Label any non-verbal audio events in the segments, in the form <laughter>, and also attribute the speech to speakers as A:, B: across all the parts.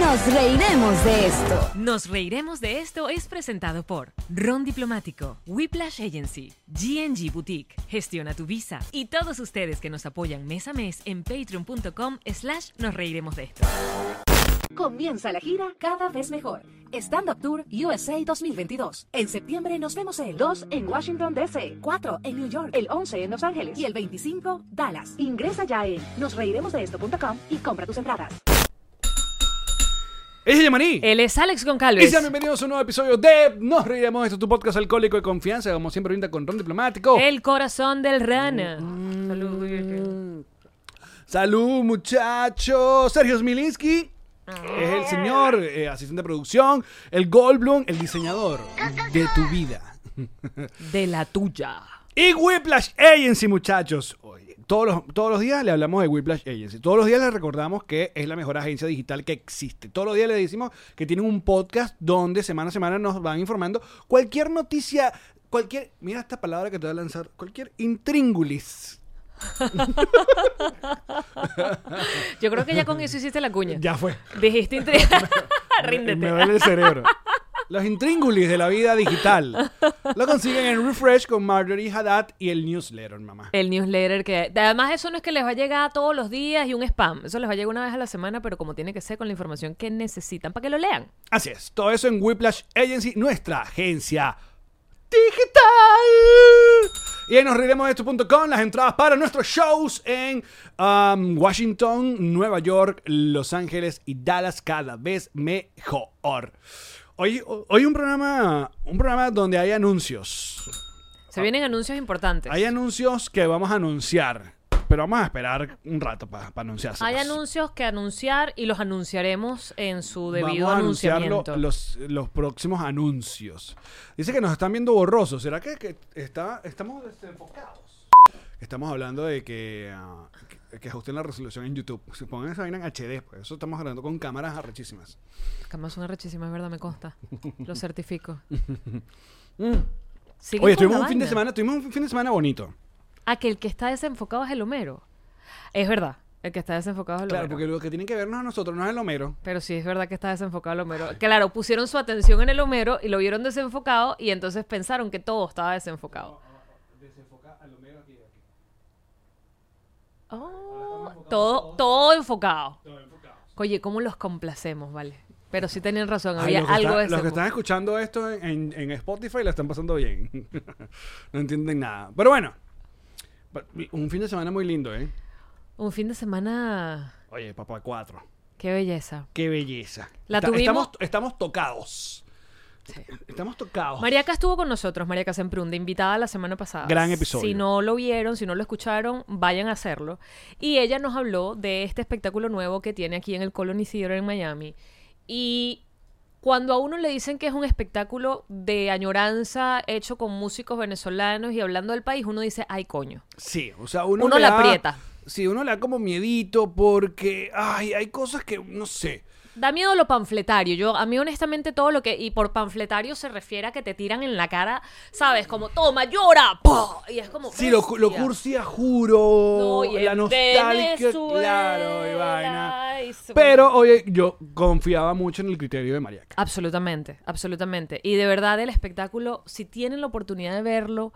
A: Nos reiremos de esto.
B: Nos reiremos de esto es presentado por Ron Diplomático, Whiplash Agency, GNG Boutique, Gestiona tu Visa y todos ustedes que nos apoyan mes a mes en patreon.com slash nos reiremos de esto.
C: Comienza la gira cada vez mejor. Stand Up Tour USA 2022. En septiembre nos vemos el 2 en Washington DC, 4 en New York, el 11 en Los Ángeles y el 25 Dallas. Ingresa ya en nosreiremosdeesto.com y compra tus entradas.
D: Es Yamaní.
B: Él Eh, es Alex
D: Y
B: Goncalves.
D: sean bienvenidos a un nuevo episodio de Nos Reiremos. Esto es tu podcast alcohólico de confianza, como siempre brinda con Ron Diplomático.
B: El corazón del rana. Mm,
D: Mm.
B: Salud.
D: Salud, muchachos. Sergio Smilinski es el señor eh, asistente de producción, el Goldblum, el diseñador de tu vida.
B: De la tuya.
D: Y Whiplash Agency, muchachos. Oye, Todos los, todos los días le hablamos de Whiplash Agency. Todos los días le recordamos que es la mejor agencia digital que existe. Todos los días le decimos que tienen un podcast donde semana a semana nos van informando cualquier noticia, cualquier. Mira esta palabra que te voy a lanzar: cualquier intríngulis.
B: Yo creo que ya con eso hiciste la cuña.
D: Ya fue.
B: Dijiste
D: <laughs>
B: intriga.
D: Me
B: <laughs> Ríndete.
D: duele el cerebro. Los intríngulis de la vida digital. Lo consiguen en Refresh con Marjorie Haddad y el newsletter, mamá.
B: El newsletter que... Además, eso no es que les va a llegar todos los días y un spam. Eso les va a llegar una vez a la semana, pero como tiene que ser, con la información que necesitan para que lo lean.
D: Así es, todo eso en Whiplash Agency, nuestra agencia digital. Y en nosriremosdeesto.com las entradas para nuestros shows en um, Washington, Nueva York, Los Ángeles y Dallas cada vez mejor. Hoy, hoy un programa un programa donde hay anuncios.
B: Se vienen anuncios importantes.
D: Ah. Hay anuncios que vamos a anunciar, pero vamos a esperar un rato para anunciarse.
B: Hay anuncios que anunciar y los anunciaremos en su debido
D: Vamos a anunciar lo-
B: anunciamiento.
D: los, los próximos anuncios. Dice que nos están viendo borrosos. ¿Será que, que está, estamos desenfocados? Estamos hablando de que, ah, que, que ajusten la resolución en YouTube. Si ponen esa vaina en HD, pues eso estamos hablando con cámaras arrechísimas.
B: Camas son arrechísimas, es verdad, me
D: <laughs>
B: consta. Lo certifico.
D: Mm. Oye, tuvimos un fin de semana, tuvimos un fin de semana bonito.
B: Aquel que está desenfocado es el Homero. Es verdad, el que está desenfocado es el
D: Claro,
B: Homero.
D: porque lo que tienen que vernos a nosotros no es el Homero.
B: Pero sí es verdad que está desenfocado el Homero. Claro, pusieron su atención en el Homero y lo vieron desenfocado y entonces pensaron que todo estaba desenfocado. Oh, todo, todo enfocado. Oye, ¿cómo los complacemos, vale? Pero sí tenían razón,
D: Ay,
B: había
D: los que
B: algo
D: están-
B: de
D: Los que
B: desenfocado.
D: están escuchando esto en, en- en Spotify la están pasando bien. <laughs> no entienden nada. Pero bueno, pa- un fin de semana muy lindo, ¿eh?
B: Un fin de semana,
D: Oye, papá, cuatro.
B: qué belleza.
D: Qué belleza.
B: La
D: Esta-
B: tuvimos-
D: Estamos, estamos tocados.
B: Sí.
D: Estamos tocados.
B: Mariaca estuvo con nosotros, Mariaca Semprún, de invitada la semana pasada.
D: Gran episodio.
B: Si no lo vieron, si no lo escucharon, vayan a hacerlo. Y ella nos habló de este espectáculo nuevo que tiene aquí en el Colony Theater en Miami. Y cuando a uno le dicen que es un espectáculo de añoranza hecho con músicos venezolanos y hablando del país, uno dice, ay coño.
D: Sí, o sea, uno,
B: Uno
D: le
B: la
D: da-
B: aprieta.
D: Sí, uno le da como miedito porque, ay, hay cosas que, no sé.
B: Da miedo lo panfletario. Yo, a mí honestamente todo lo que... Y por panfletario se refiere a que te tiran en la cara, ¿sabes? Como, toma, llora. ¡pah! Y es como...
D: Sí, lo, lo
B: "Bestia".
D: cursi a juro,
B: No, y
D: Oh, la
B: en
D: nostalgia,
B: Venezuela,
D: claro, y vaina.
B: ay, su-
D: Pero, oye, yo confiaba mucho en el criterio de Mariaca.
B: Absolutamente, absolutamente. Y de verdad el espectáculo, si tienen la oportunidad de verlo,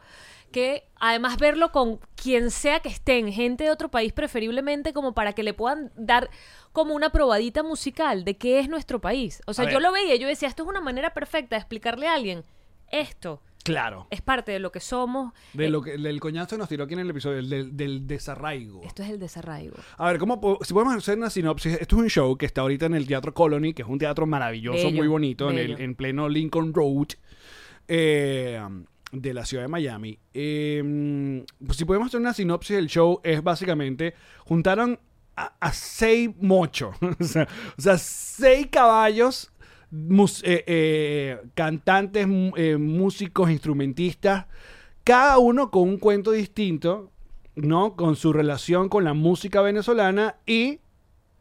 B: que además verlo con quien sea que estén, gente de otro país preferiblemente, como para que le puedan dar como una probadita musical de qué es nuestro país. O sea,
D: A
B: yo
D: ver.
B: lo veía, yo decía, esto es una manera perfecta de explicarle a alguien, esto
D: Claro.
B: es parte de lo que somos, eh,
D: De lo que, del coñazo que nos tiró aquí en el episodio, el del, del desarraigo.
B: esto es el desarraigo.
D: A ver, ¿cómo po- si podemos hacer una sinopsis? Esto es un show que está ahorita en el Teatro Colony, que es un teatro maravilloso,
B: Bello,
D: muy bonito, en,
B: bello.
D: el, en pleno Lincoln Road eh, de la ciudad de Miami. Eh, pues si podemos hacer una sinopsis del show, es básicamente, juntaron a, a seis mochos, <laughs> o, sea, o sea, seis caballos, mus- eh, eh, cantantes, mu- eh, músicos, instrumentistas, cada uno con un cuento distinto, ¿no? Con su relación con la música venezolana y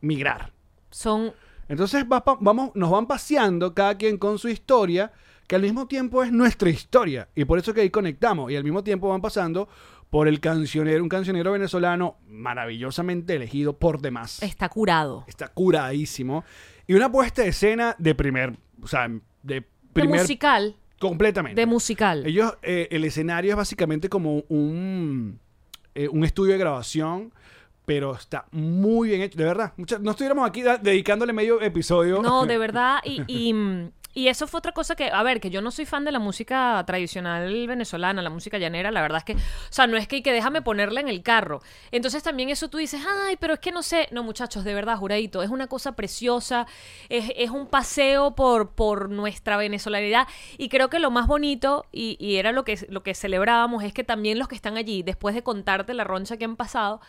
D: migrar.
B: Son
D: Entonces va pa- vamos, nos van paseando cada quien con su historia, que al mismo tiempo es nuestra historia. Y por eso que ahí conectamos. Y al mismo tiempo van pasando por el cancionero, un cancionero venezolano maravillosamente elegido por demás.
B: está curado.
D: Está curadísimo. Y una puesta de escena de primer, o sea, de
B: De
D: primer...
B: musical.
D: Completamente.
B: De musical.
D: Ellos, eh, el escenario es básicamente como un, eh, un estudio de grabación, pero está muy bien hecho. De verdad, mucha- no estuviéramos aquí da- dedicándole medio episodio.
B: No, de verdad. Y, y, mm, y eso fue otra cosa que, a ver, que yo no soy fan de la música tradicional venezolana, la música llanera, la verdad es que, o sea, no es que, que déjame ponerla en el carro. Entonces también eso tú dices, ay, pero es que no sé. No, muchachos, de verdad, juradito, es una cosa preciosa, es, es un paseo por, por nuestra venezolanidad. Y creo que lo más bonito, y, y era lo que, lo que celebrábamos, es que también los que están allí, después de contarte la roncha que han pasado,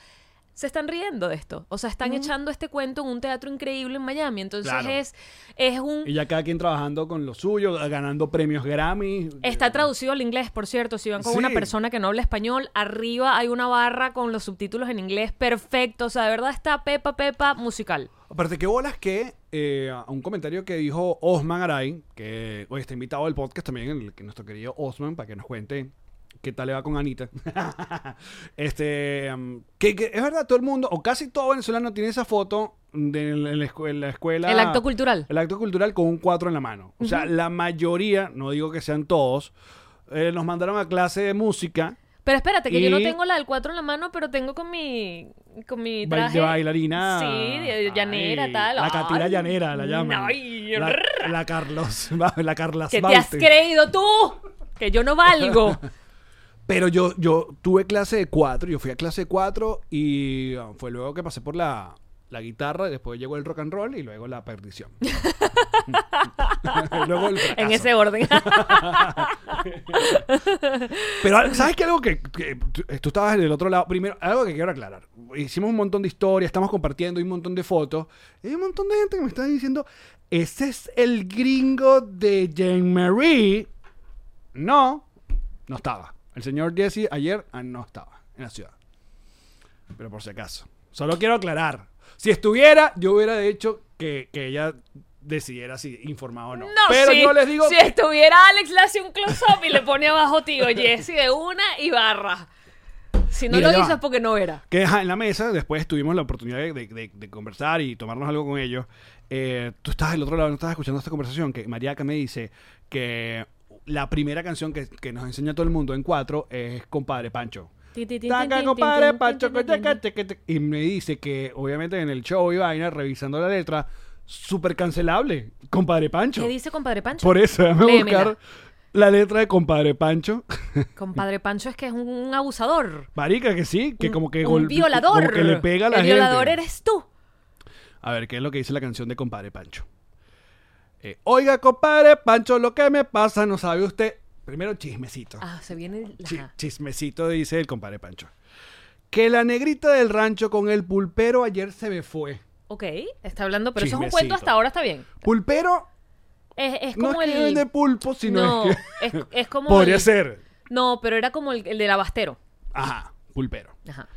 B: se están riendo de esto. O sea, están echando este cuento en un teatro increíble en Miami. Entonces
D: Claro.
B: es, es un...
D: <laughs> Y ya cada quien trabajando con lo suyo, ganando premios Grammy.
B: Está traducido al inglés, por cierto. Si van con una
D: Sí.
B: persona que no habla español, arriba hay una barra con los subtítulos en inglés. Perfecto. O sea, de verdad está Pepa Pepa musical.
D: Aparte, qué bolas que eh, a un comentario que dijo Osman Aray, que hoy está invitado al podcast también, el, que nuestro querido Osman, para que nos cuente qué tal le va con Anita. <laughs> este, um, que, que es verdad, todo el mundo, o casi todo venezolano tiene esa foto de en la, escu- en la escuela.
B: El acto cultural.
D: El acto cultural con un 4 en la mano. O sea, la mayoría, no digo que sean todos, eh, nos mandaron a clase de música
B: Pero espérate, que yo no
D: Y-
B: tengo la del 4 en la mano, pero tengo con mi, con mi
D: Ba-
B: traje.
D: de bailarina.
B: Sí, de
D: Ay,
B: llanera, tal.
D: La catira
B: Ay,
D: llanera, la llaman.
B: ay,
D: la,
B: rrr.
D: la Carlos, <laughs> la Carlas
B: ¿Qué te
D: Baute.
B: has creído tú? Que yo no
D: <laughs>
B: valgo.
D: Pero yo, yo tuve clase de cuatro, yo fui a clase de cuatro y ah, fue luego que pasé por la, la guitarra, después llegó el rock and roll y luego la
B: <laughs>
D: perdición. <laughs> luego el fracaso.
B: en ese orden.
D: Pero, ¿sabes qué? Algo que, que tú tú estabas del otro lado. Primero, algo que quiero aclarar. Hicimos un montón de historias, estamos compartiendo hay un montón de fotos. Y hay un montón de gente que me está diciendo: Ese es el gringo de Jean-Marie. No, no estaba. El señor Jesse ayer ah, no estaba en la ciudad. Pero por si acaso. Solo quiero aclarar. Si estuviera, yo hubiera hecho que, que ella decidiera si informaba o no.
B: No,
D: Pero
B: sí.
D: yo les digo
B: Si estuviera Alex, le hace un close-up y le pone abajo tío Jesse de una y barra. Si no
D: Mira,
B: lo
D: ya
B: hizo
D: va.
B: es porque no era.
D: que ajá, en la mesa, después tuvimos la oportunidad de, de- de- de conversar y tomarnos algo con ellos. Eh, tú estabas del otro lado, no estabas escuchando esta conversación, que Mariaca me dice que la primera canción que, que nos enseña todo el mundo en cuatro es Compadre Pancho. Taca, compadre Pancho, cochaca, teque, teque. Y me dice que obviamente en el show y vaina, revisando la letra, súper cancelable, Compadre Pancho.
B: ¿Qué dice compadre Pancho?
D: Por eso, déjame
B: Léemela.
D: buscar la letra de Compadre Pancho.
B: Compadre Pancho es que es un, un abusador.
D: Marica, que sí, que como que...
B: un
D: gol-
B: violador.
D: Como que le pega a la
B: El
D: gente.
B: violador eres tú.
D: A ver, ¿qué es lo que dice la canción de compadre Pancho? Eh, Oiga, compadre Pancho, lo que me pasa, no sabe usted. Primero, chismecito.
B: Ah, se viene. el-
D: Chi-
B: ajá.
D: chismecito dice el compadre Pancho. Que la negrita del rancho con el pulpero ayer se me fue.
B: Ok, está hablando, pero eso es un
D: Chismecito.
B: cuento hasta ahora, está bien.
D: Pulpero
B: Es, es
D: no
B: como
D: es que
B: el.
D: vende pulpo, sino
B: no,
D: es que.
B: es, es como.
D: <laughs> Podría
B: el-
D: ser.
B: No, pero era como el, el del abastero.
D: Ajá, pulpero.
B: Ajá.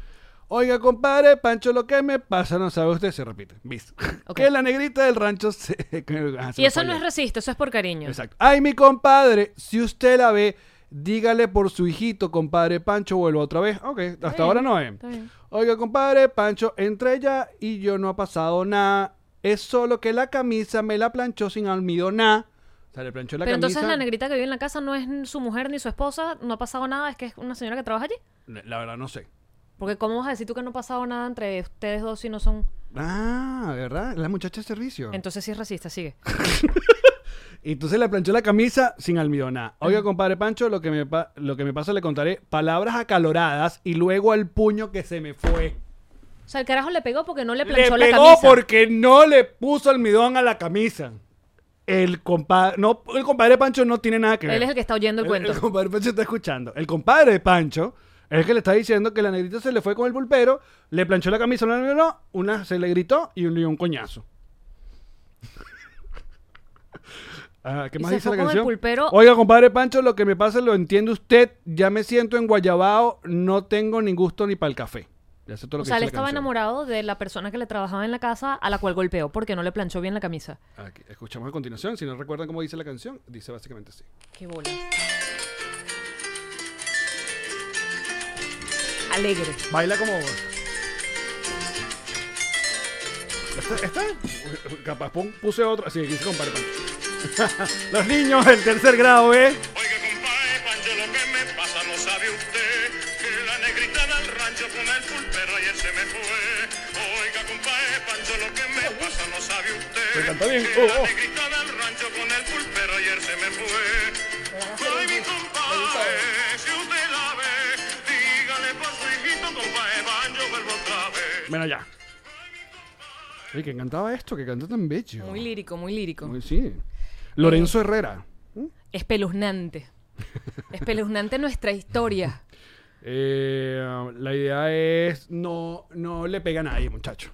D: Oiga, compadre Pancho, lo que me pasa, no sabe usted, se repite. ¿Viste?
B: Ok.
D: Que la negrita del rancho se. <laughs> Ah, se
B: Y
D: me
B: eso
D: fue
B: no es
D: ayer.
B: resiste, eso es por cariño.
D: Exacto. Ay, mi compadre, si usted la ve, dígale por su hijito, compadre Pancho, vuelvo otra vez. Ok, hasta
B: bien,
D: ahora no es.
B: está bien.
D: Oiga, compadre Pancho, entre ella y yo no ha pasado nada. Es solo que la camisa me la planchó sin almidona. O sea, le planchó la
B: Pero
D: camisa.
B: entonces la negrita que vive en la casa no es n- su mujer ni su esposa, no ha pasado nada, es que es una señora que trabaja allí.
D: La- La verdad no sé.
B: Porque ¿cómo vas a decir tú que no ha pasado nada entre ustedes dos si no son...
D: Ah, ¿verdad? La muchacha de servicio.
B: Entonces sí es racista, sigue.
D: Y Entonces le planchó la camisa sin almidona. Oiga, compadre Pancho, lo que, me pa- lo que me pasa le contaré palabras acaloradas y luego el puño que se me fue.
B: O sea, el carajo le pegó porque no le
D: Le
B: planchó la
D: pegó
B: camisa.
D: porque no le puso almidón a la camisa. El compadre, no, el compadre Pancho no tiene nada que ver.
B: Él es el que está oyendo el, cuento.
D: El compadre Pancho está escuchando. El compadre de Pancho es el que le está diciendo que la negrita se le fue con el pulpero, le planchó la camisa, no, no, no, una se le gritó y un, le dio un coñazo. <laughs> Ah, ¿Qué
B: Y
D: más
B: se
D: dice
B: fue
D: la
B: con el
D: canción?
B: pulpero.
D: Oiga, compadre Pancho, lo que me pasa lo entiende usted. Ya me siento en Guayabao, no tengo ni gusto ni para el café. Ya sé todo lo
B: O
D: que
B: sea, él
D: dice la
B: estaba
D: canción.
B: enamorado de la persona que le trabajaba en la casa a la cual golpeó porque no le planchó bien la camisa.
D: Aquí, escuchamos a continuación. Si no recuerdan cómo dice la canción, dice básicamente así.
B: Qué bola. Alegre.
D: Baila como. ¿Está? está? Capaz pon- puse otro. Sí, aquí se comparte. <laughs> Los niños del tercer grado, ¿eh?
E: Oiga, compadre, pancho, lo que me pasa no sabe usted. Que la negrita del rancho con el pulpero ayer se me fue. Oiga, compadre, pancho, lo que me pasa no sabe usted.
D: Me canta bien.
E: Que
D: Oh,
E: la
D: oh.
E: negrita del rancho con el pulpero ayer se me fue. Ay, mi compadre, si usted la ve, dígale por su hijito, compadre, pancho, vuelvo otra vez.
D: Bueno, ya. Oye, que encantaba esto, que canta tan bello.
B: Muy lírico, muy lírico.
D: Muy- sí. Lorenzo Herrera.
B: Espeluznante. Espeluznante nuestra historia.
D: Eh, la idea es no, no le pega a nadie, muchacho.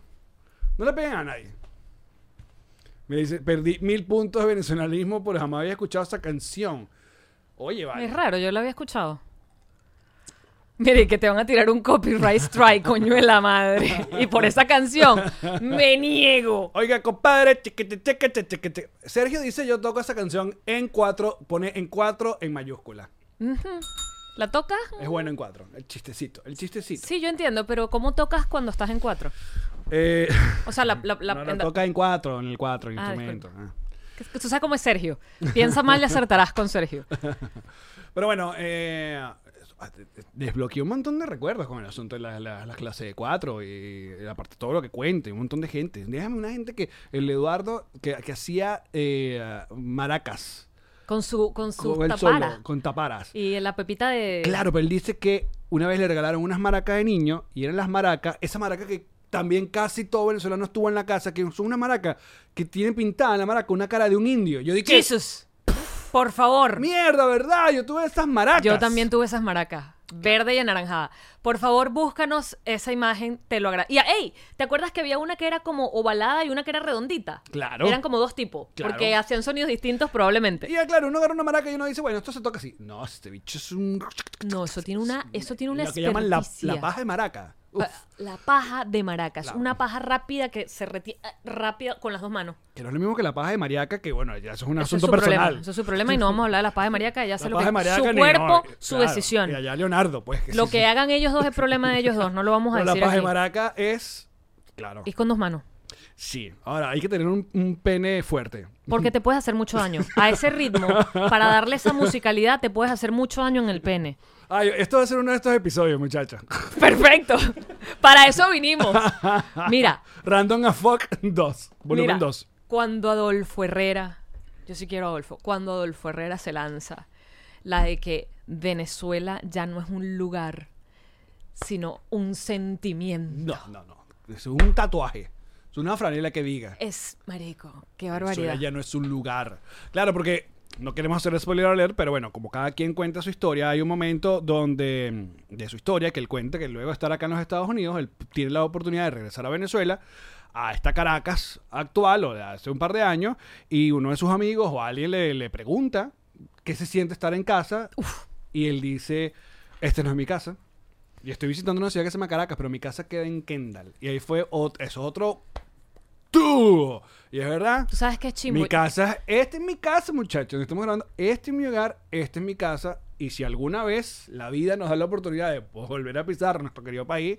D: No le pegan a nadie. Me dice, perdí mil puntos de venezolanismo por jamás había escuchado esa canción. Oye, vale.
B: Es raro, yo la había escuchado. Mire, que te van a tirar un copyright strike, coño de la madre. Y por esa canción, me niego.
D: Oiga, compadre, chiquete, chiquete, chiquete. Sergio dice, yo toco esa canción en cuatro, pone en cuatro en mayúscula.
B: ¿La tocas?
D: Es bueno en cuatro. El chistecito, el chistecito.
B: Sí, yo entiendo, pero ¿cómo tocas cuando estás en cuatro?
D: Eh,
B: O sea, la... la, la-
D: <laughs> no, no,
B: la-
D: toca en cuatro, en el cuatro el
B: Ah,
D: instrumento. ah.
B: que- Tú sabes cómo es Sergio. Piensa mal y acertarás con Sergio.
D: Pero bueno, eh, desbloqueé un montón de recuerdos con el asunto de la- la- las clases de cuatro y eh, aparte todo lo que cuente, un montón de gente. Déjame una gente que, el Eduardo, que, que hacía eh, maracas
B: Con su, con su
D: con, él
B: tapara.
D: solo, con taparas.
B: Y la pepita de...
D: Claro, pero él dice que una vez le regalaron unas maracas de niño y eran las maracas, esa maraca que también casi todo venezolano estuvo en la casa, que son una maraca que tiene pintada en la maraca una cara de un indio. Yo dije,
B: ¡Jesus! Por favor.
D: mierda, ¿verdad? Yo tuve esas maracas.
B: Yo también tuve esas maracas, verde y anaranjada. Por favor, búscanos esa imagen, te lo agradezco. Y, hey, ¿te acuerdas que había una que era como ovalada y una que era redondita?
D: Claro.
B: Eran como dos tipos,
D: Claro.
B: porque hacían sonidos distintos probablemente.
D: Y ah, claro, uno agarra una maraca y uno dice, bueno, esto se toca así. No, este bicho es un...
B: No, eso tiene una, eso tiene una Ah.
D: lo que llaman la,
B: experticia.
D: la paja de maraca. Uf,
B: Pa- La paja de maracas,
D: La-
B: una paja rápida que se retira rápida con las dos manos.
D: Que no es lo mismo que la paja de mariaca, que bueno, ya eso es un
B: Eso es
D: asunto
B: su
D: personal.
B: problema. Eso es su problema y no vamos a hablar de la paja de maraca. Ella hace
D: La
B: lo
D: paja de
B: que
D: mariaca,
B: su
D: ni- no,
B: cuerpo,
D: eh,
B: su
D: claro.
B: decisión.
D: Y allá Leonardo, pues. que
B: Lo
D: sí,
B: que
D: sí.
B: hagan ellos dos es problema de ellos dos. No lo vamos a
D: Pero la
B: decir.
D: paja de
B: aquí.
D: maraca es... Claro.
B: Es con dos manos.
D: Sí. Ahora, hay que tener un, un pene fuerte.
B: Porque te puedes hacer mucho daño. A ese ritmo, para darle esa musicalidad, te puedes hacer mucho daño en el pene.
D: Ay, esto va a ser uno de estos episodios, muchachos.
B: Perfecto. Para eso vinimos. Mira,
D: <laughs> Random as fuck 2. Volumen
B: mira,
D: 2.
B: cuando Adolfo Herrera, yo sí quiero a Adolfo, cuando Adolfo Herrera se lanza la de que Venezuela ya no es un lugar, sino un sentimiento.
D: No, no, no. Es un tatuaje. Es una franela que diga.
B: Es, marico, qué
D: Venezuela
B: barbaridad.
D: ya no es un lugar. Claro, porque no queremos hacer spoiler alert, pero bueno, como cada quien cuenta su historia, hay un momento donde mm, de su historia que él cuenta que luego de estar acá en los Estados Unidos, él tiene la oportunidad de regresar a Venezuela, a esta Caracas actual o de hace un par de años, y uno de sus amigos o alguien le, le pregunta qué se siente estar en casa, y él dice, este no es mi casa. Y estoy visitando una ciudad que se llama Caracas, pero mi casa queda en Kendall. Y ahí fue ot- es otro tú. Y es verdad.
B: Tú sabes que es chimbo.
D: Mi casa, este es mi casa, muchachos. donde Estamos grabando. Este es mi hogar, este es mi casa. Y si alguna vez la vida nos da la oportunidad de pues, volver a pisar nuestro querido país,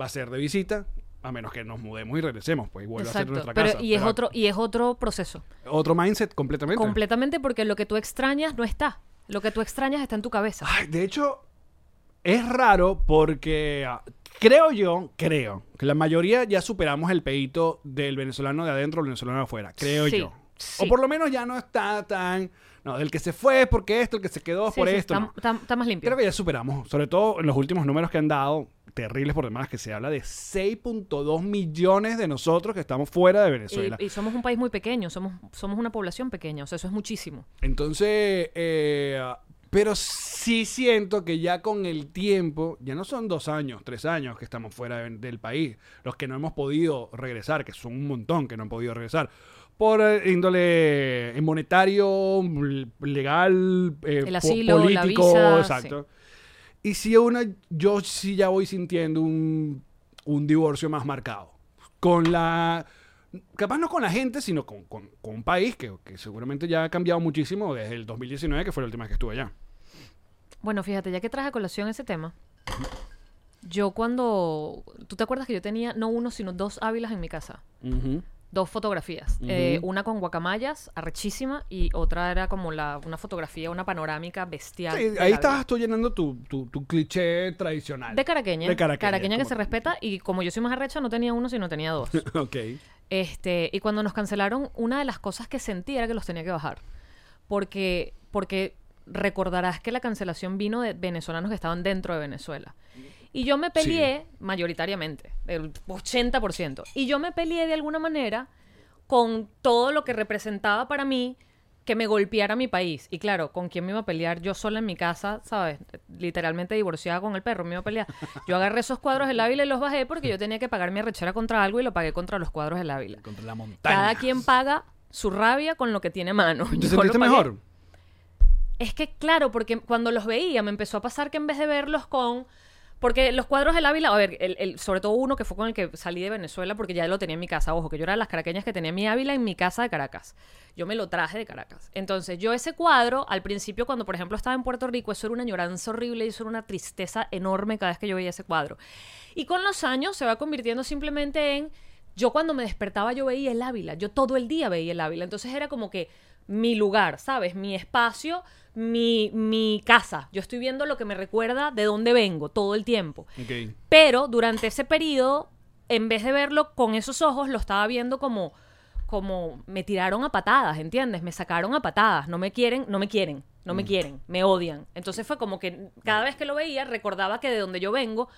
D: va a ser de visita, a menos que nos mudemos y regresemos, pues y vuelva a ser
B: Exacto.
D: nuestra
B: Pero,
D: casa.
B: y, es
D: Pero
B: otro, y es otro proceso.
D: otro mindset completamente.
B: Completamente porque lo que tú extrañas no está. Lo que tú extrañas está en tu cabeza.
D: Ay, de hecho, es raro porque ah, creo yo, creo, que la mayoría ya superamos el pedito del venezolano de adentro al venezolano de afuera. Creo
B: Sí,
D: yo.
B: sí.
D: O por lo menos ya no está tan. No, del que se fue es porque esto, el que se quedó es
B: Sí,
D: por
B: sí,
D: esto.
B: Está,
D: no.
B: está- está más limpio.
D: Creo que ya superamos, sobre todo en los últimos números que han dado, terribles por demás, que se habla de 6.2 millones de nosotros que estamos fuera de Venezuela.
B: y, y somos un país muy pequeño, somos, somos una población pequeña, o sea, eso es muchísimo.
D: Entonces, eh, pero sí siento que ya con el tiempo, ya no son dos años, tres años que estamos fuera de- del país, los que no hemos podido regresar, que son un montón que no han podido regresar, por eh, índole eh, monetario, l- legal, eh,
B: El
D: po-
B: asilo, la
D: político,
B: visa,
D: exacto. Y si una, yo sí ya voy sintiendo un, un divorcio más marcado. Con la. Capaz no con la gente, sino con, con- con un país que, que seguramente ya ha cambiado muchísimo desde el 2019, que fue la última vez que estuve allá.
B: Bueno, fíjate, ya que traje a colación ese tema, Yo cuando... ¿Tú te acuerdas que yo tenía no uno, sino dos ávilas en mi casa?
D: Ujú.
B: Dos fotografías. Eh, una con guacamayas, arrechísima, y otra era como la, una fotografía, una panorámica bestial.
D: Sí,
B: de
D: ahí
B: la
D: estabas tú llenando tu, tu, tu cliché tradicional.
B: De caraqueña.
D: De caraqueña.
B: que
D: como-
B: se respeta. Y como yo soy más arrecha, no tenía uno, sino tenía dos.
D: <laughs> ok.
B: este, y cuando nos cancelaron, una de las cosas que sentí era que los tenía que bajar. Porque, porque recordarás que la cancelación vino de venezolanos que estaban dentro de Venezuela. Y yo me peleé, mayoritariamente, el 80%. Y yo me peleé de alguna manera con todo lo que representaba para mí que me golpeara mi país. Y claro, ¿con quién me iba a pelear? Yo sola en mi casa, ¿sabes? Literalmente divorciada con el perro, me iba a pelear. Yo agarré esos cuadros del Ávila y los bajé porque yo tenía que pagar mi arrechera contra algo y lo pagué contra los cuadros del Ávila.
D: Contra la montaña.
B: Cada quien paga su rabia con lo que tiene mano.
D: ¿Te
B: <laughs> Yo lo pagué.
D: sentiste mejor?
B: Es que claro, porque cuando los veía me empezó a pasar que en vez de verlos con... Porque los cuadros del Ávila, a ver, el, el- sobre todo uno que fue con el que salí de Venezuela porque ya lo tenía en mi casa, ojo, que yo era de las caraqueñas que tenía mi Ávila en mi casa de Caracas. Yo me lo traje de Caracas. Entonces yo ese cuadro, al principio cuando por ejemplo estaba en Puerto Rico, eso era una añoranza horrible y eso era una tristeza enorme cada vez que yo veía ese cuadro. Y con los años se va convirtiendo simplemente en... Yo cuando me despertaba yo veía el Ávila, yo todo el día veía el Ávila, entonces era como que mi lugar, ¿sabes? Mi espacio, mi, mi casa. Yo estoy viendo lo que me recuerda de dónde vengo todo el tiempo.
D: Ok.
B: Pero durante ese periodo, en vez de verlo con esos ojos, lo estaba viendo como como me tiraron a patadas, ¿entiendes? Me sacaron a patadas, no me quieren, no me quieren, no me quieren, me odian. Entonces fue como que cada vez que lo veía recordaba que de donde yo vengo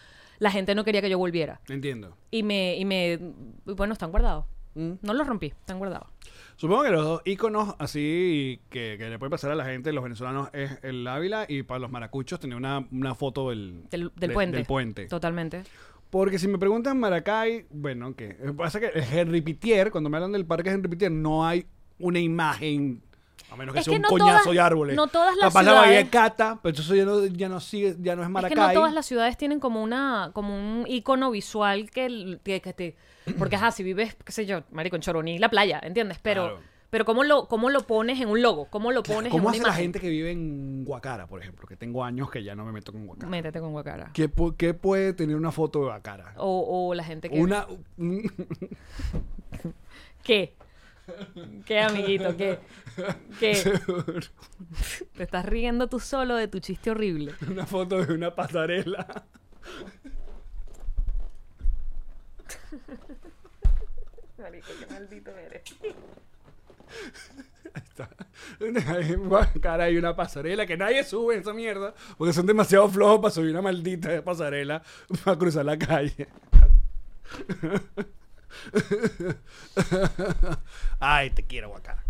B: la gente no quería que yo volviera
D: Entiendo.
B: y me, y me bueno, están guardados.
D: Mm.
B: No los rompí, están guardados.
D: Supongo que los dos íconos así que, que le puede pasar a la gente, los venezolanos, es el Ávila y para los maracuchos tener una, una foto del,
B: Del, del
D: de-
B: puente.
D: Del puente.
B: Totalmente.
D: Porque si me preguntan Maracay, bueno, ¿qué? Pasa que Henry Pitier, cuando me hablan del parque Henry Pitier, no hay una imagen, a menos que
B: Es
D: sea
B: que
D: un
B: no
D: coñazo
B: todas-
D: de árboles.
B: no todas las
D: Capaz la Bahía de
B: ciudades-
D: Cata, pero eso ya no, ya no sigue, ya no es Maracay.
B: Es que no todas las ciudades tienen como una como un icono visual que, el- que, que te porque ajá, si vives, qué sé yo, marico en Choroní, la playa, ¿entiendes? Pero
D: Claro.
B: pero cómo lo cómo lo pones en un logo, cómo lo pones en
D: ¿Cómo
B: una
D: hace la
B: imagen?
D: gente que vive en Guacara, por ejemplo? Que tengo años que ya no me meto con Guacara.
B: Métete con Guacara.
D: ¿Qué, pu- qué puede tener una foto de Guacara?
B: O, o la gente que
D: Una... <laughs> un-
B: ¿Qué? ¿Qué, amiguito? ¿Qué?
D: <laughs>
B: ¿Qué? Te estás riendo tú solo de tu chiste horrible.
D: Una foto de una pasarela.
B: Marico, qué maldito eres.
D: <laughs> En Guacara hay una pasarela que nadie sube esa mierda porque son demasiado flojos para subir una maldita pasarela para cruzar la calle. <laughs> Ay, te quiero, Guacara.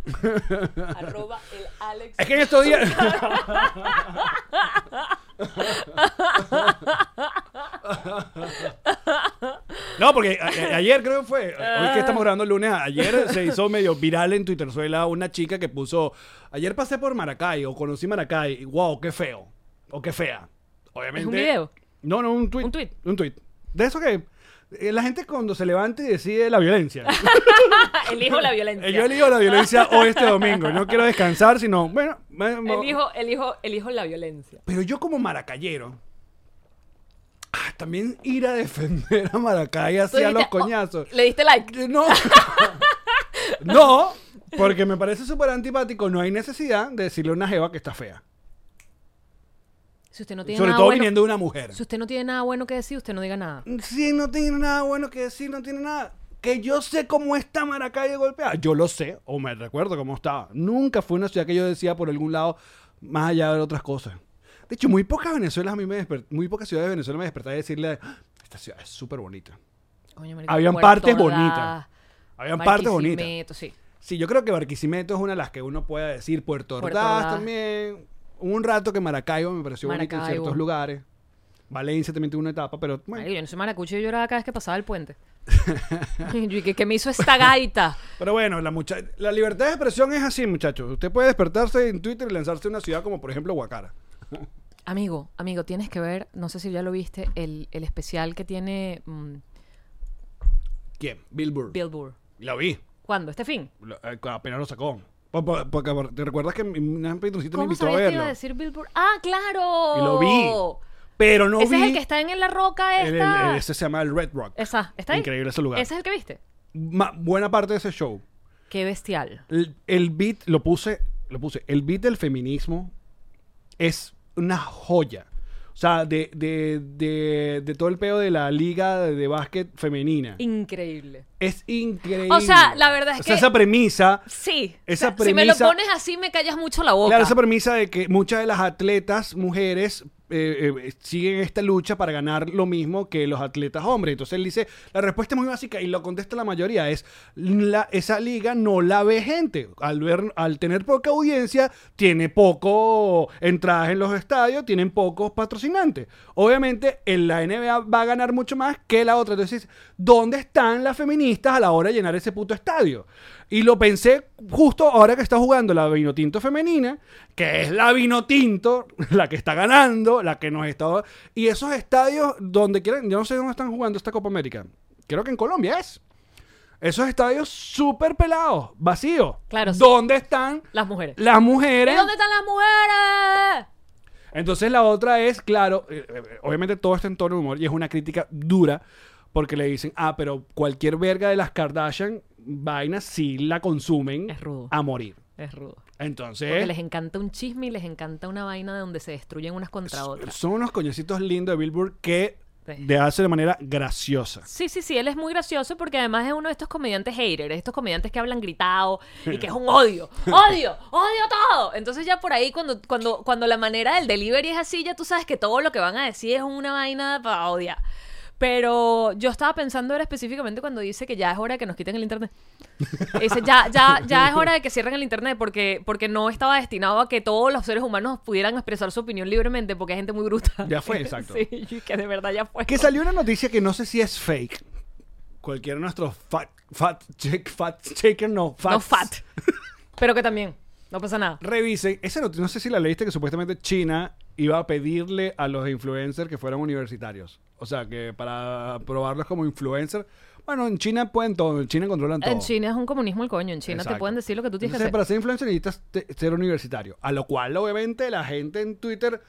B: Arroba el <laughs> Alex.
D: Es que en estos días. No, porque a- a- ayer creo que fue, hoy que estamos grabando el lunes, ayer se hizo medio viral en Twitterzuela una chica que puso, ayer pasé por Maracay o conocí Maracay, y wow, qué feo, o qué fea. Obviamente.
B: ¿Es un video?
D: No, no, un tweet.
B: ¿Un tweet?
D: Un tweet. De eso que eh, la gente cuando se levanta y decide la
B: <laughs>
D: violencia.
B: Ah, elijo la violencia.
D: Eh, Yo elijo la violencia hoy este domingo, no quiero descansar, sino, bueno, me- me-
B: Elijo, elijo, elijo la violencia.
D: pero yo como maracayero, ah, también ir a defender a Maracay
B: Tú
D: hacia los
B: dijiste, oh,
D: coñazos.
B: Le diste like.
D: Eh, No. <laughs> no, porque me parece súper antipático. No hay necesidad de decirle a una jeva que está fea.
B: Si usted no tiene
D: Sobre
B: nada
D: todo
B: bueno,
D: viniendo de una mujer.
B: Si usted no tiene nada bueno que decir, usted no diga nada.
D: Si no tiene nada bueno que decir, no tiene nada. Que yo sé cómo está Maracay de golpeada. Yo lo sé, o me recuerdo cómo estaba. Nunca fue una ciudad que yo decía por algún lado, más allá de otras cosas. De hecho, muy pocas Venezuelas a mí me desper- muy pocas ciudades de Venezuela me despertaba y decirle, "Ah, esta ciudad es súper bonita.
B: Coño, marico,
D: Habían
B: Puerto
D: partes
B: Ordaz,
D: bonitas. Habían partes bonitas.
B: Barquisimeto, Sí.
D: Sí, yo creo que Barquisimeto es una de las que uno pueda decir. Puerto Ordaz,
B: Puerto Ordaz.
D: también. Hubo un rato que Maracaibo me pareció bonito en
B: Maracaibo.
D: ciertos lugares. Valencia también tuvo una etapa, pero bueno.
B: Marico, yo no soy maracucho y yo lloraba cada vez que pasaba el puente. <laughs> Y yo, ¿y ¿qué, ¿Qué me hizo esta gaita?
D: Pero bueno, la, mucha- la libertad de expresión es así, muchachos. Usted puede despertarse en Twitter y lanzarse a una ciudad como, por ejemplo, Guacara.
B: Amigo, amigo, tienes que ver, no sé si ya lo viste, el, el especial que tiene mm,
D: ¿Quién? Billboard.
B: Billboard.
D: la vi.
B: ¿Cuándo? ¿Este fin?
D: Lo- eh, apenas lo sacó. Po- po- Porque por- te recuerdas que mi- una patroncita me
B: ¿Cómo
D: invitó a
B: sabías que
D: verlo.
B: iba a decir Billboard? ¡Ah, claro!
D: Y lo vi. Pero no
B: Ese
D: vi.
B: es el que está en la roca
D: el-
B: esta.
D: el- ese se llama el Red Rock.
B: Esa, está ahí.
D: Increíble ese lugar.
B: Ese es el que viste.
D: Ma- buena parte de ese show.
B: Qué bestial.
D: El, el beat, lo puse, lo puse. El beat del feminismo es una joya. O sea, de, de, de, de todo el peo de la liga de, de básquet femenina.
B: Increíble.
D: es increíble.
B: O sea, la verdad es
D: O sea,
B: que-
D: esa premisa.
B: Sí.
D: Esa
B: O sea, Si me lo
D: premisa-
B: pones así, me callas mucho la boca.
D: Claro, esa premisa de que muchas de las atletas mujeres eh, eh, siguen esta lucha para ganar lo mismo que los atletas hombres. Entonces él dice, la respuesta es muy básica y lo contesta la mayoría, es la- esa liga no la ve gente. Al, ver, al tener poca audiencia, tiene poco entradas en los estadios, tienen pocos patrocinantes. Obviamente, en la NBA va a ganar mucho más que la otra. Entonces, ¿dónde están las feministas a la hora de llenar ese puto estadio? Y lo pensé justo ahora que está jugando la Vinotinto femenina, que es la Vinotinto la que está ganando, la que nos está... Y esos estadios donde quieran, yo no sé dónde están jugando esta Copa América. Creo que en Colombia es. Esos estadios súper pelados, vacíos.
B: Claro, sí.
D: ¿Dónde están
B: Las mujeres.
D: las
B: ¿Y
D: mujeres?
B: dónde están las mujeres?
D: Entonces la otra es, claro, eh, eh, obviamente todo está en tono de humor y es una crítica dura porque le dicen, ah, pero cualquier verga de las Kardashian, vainas, sí la consumen
B: Es rudo.
D: a morir.
B: Es rudo.
D: ¿Eh?
B: Porque
D: Entonces,
B: les encanta un chisme y les encanta una vaina de donde se destruyen unas contra otras.
D: son unos coñecitos lindos de Billboard que
B: Sí.
D: le hace de manera graciosa.
B: Sí, sí, sí, él es muy gracioso porque además es uno de estos comediantes haters, estos comediantes que hablan gritado y que es un odio, odio, odio todo. Entonces ya por ahí cuando, cuando, cuando la manera del delivery es así, ya tú sabes que todo lo que van a decir es una vaina para odiar. Pero yo estaba pensando ahora específicamente cuando dice que ya es hora de que nos quiten el
D: <laughs>
B: internet. Dice, ya, ya, ya es hora de que cierren el internet porque, porque no estaba destinado a que todos los seres humanos pudieran expresar su opinión libremente porque hay gente muy bruta.
D: Ya
B: <laughs>
D: fue, exacto.
B: Sí, que de verdad ya fue.
D: Que salió una noticia que no sé si es fake. Cualquiera de nuestros fat, fat, check, fat checker, no, fat.
B: No fat. <laughs> Pero que también. No pasa nada.
D: Revisen, esa noticia, no sé si la leíste, que supuestamente China iba a pedirle a los influencers que fueran universitarios. O sea, que para probarlos como influencer. Bueno, en China pueden todo, en China controlan todo.
B: En China es un comunismo el coño. En China te
D: Exacto.
B: pueden decir lo que tú tienes
D: Entonces,
B: que
D: Para
B: hacer.
D: ser influencer necesitas te- ser universitario. A lo cual, obviamente, la gente en Twitter.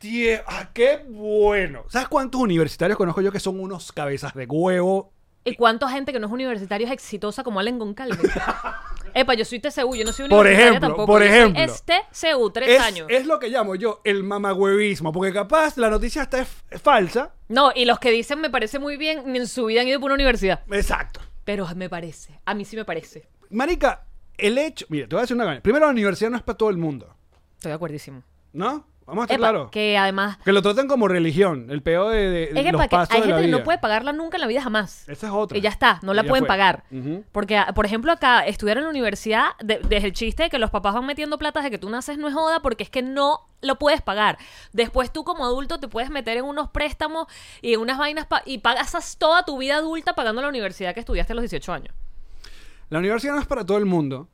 D: "Tie- ah, ¡Qué bueno! ¿Sabes cuántos universitarios conozco yo que son unos cabezas de huevo?
B: ¿Y cuánta gente que no es universitaria es exitosa como Allen Goncalves?
D: <laughs>
B: Epa, yo soy TCU, yo no soy universitaria
D: Por ejemplo,
B: tampoco.
D: por
B: yo soy
D: ejemplo.
B: Es TCU, tres
D: Es,
B: años.
D: es lo que llamo yo el mamagüevismo. Porque capaz la noticia está es- es falsa.
B: No, y los que dicen me parece muy bien, ni en su vida han ido por una universidad.
D: Exacto.
B: Pero me parece. A mí sí me parece.
D: Marica, el hecho. Mira, te voy a decir una cosa. Primero, la universidad no es para todo el mundo.
B: Estoy de acuerdísimo.
D: ¿No? Vamos a estar
B: Epa,
D: claros. Que...
B: que además...
D: lo tratan como religión. El peo de, de-
B: Es que,
D: los
B: para que hay
D: pasos de la
B: gente que no
D: vida.
B: puede pagarla nunca en la vida jamás.
D: Esa es otra.
B: Y ya está, no la
D: Ya
B: pueden
D: fue.
B: pagar.
D: Ujú.
B: Porque, ah, por ejemplo, acá estudiar en la universidad, de- desde el chiste de que los papás van metiendo platas de que tú naces no es joda, porque es que no lo puedes pagar. Después tú como adulto te puedes meter en unos préstamos y en unas vainas pa- y pagas as- toda tu vida adulta pagando la universidad que estudiaste a los 18 años.
D: La universidad no es para todo el mundo.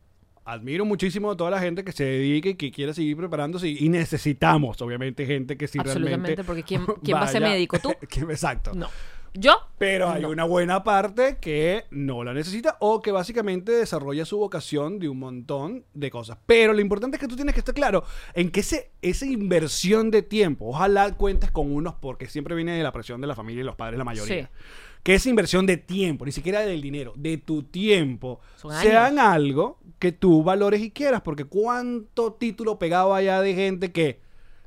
D: Admiro muchísimo a toda la gente que se dedique y que quiera seguir preparándose. Y y necesitamos, obviamente, gente que sí realmente.
B: Absolutamente, porque ¿quién- quién va a ser
D: vaya-
B: médico? ¿Tú?
D: <laughs> ¿Quién- Exacto.
B: No. Yo,
D: Pero hay una buena parte que no la necesita o que básicamente desarrolla su vocación de un montón de cosas. Pero lo importante es que tú tienes que estar claro en que ese, esa inversión de tiempo, ojalá cuentes con unos porque siempre viene de la presión de la familia y los padres la mayoría.
B: Sí.
D: Que esa inversión de tiempo, ni siquiera del dinero, de tu tiempo,
B: Son
D: sean algo que tú valores y quieras. Porque cuánto título pegado allá de gente que,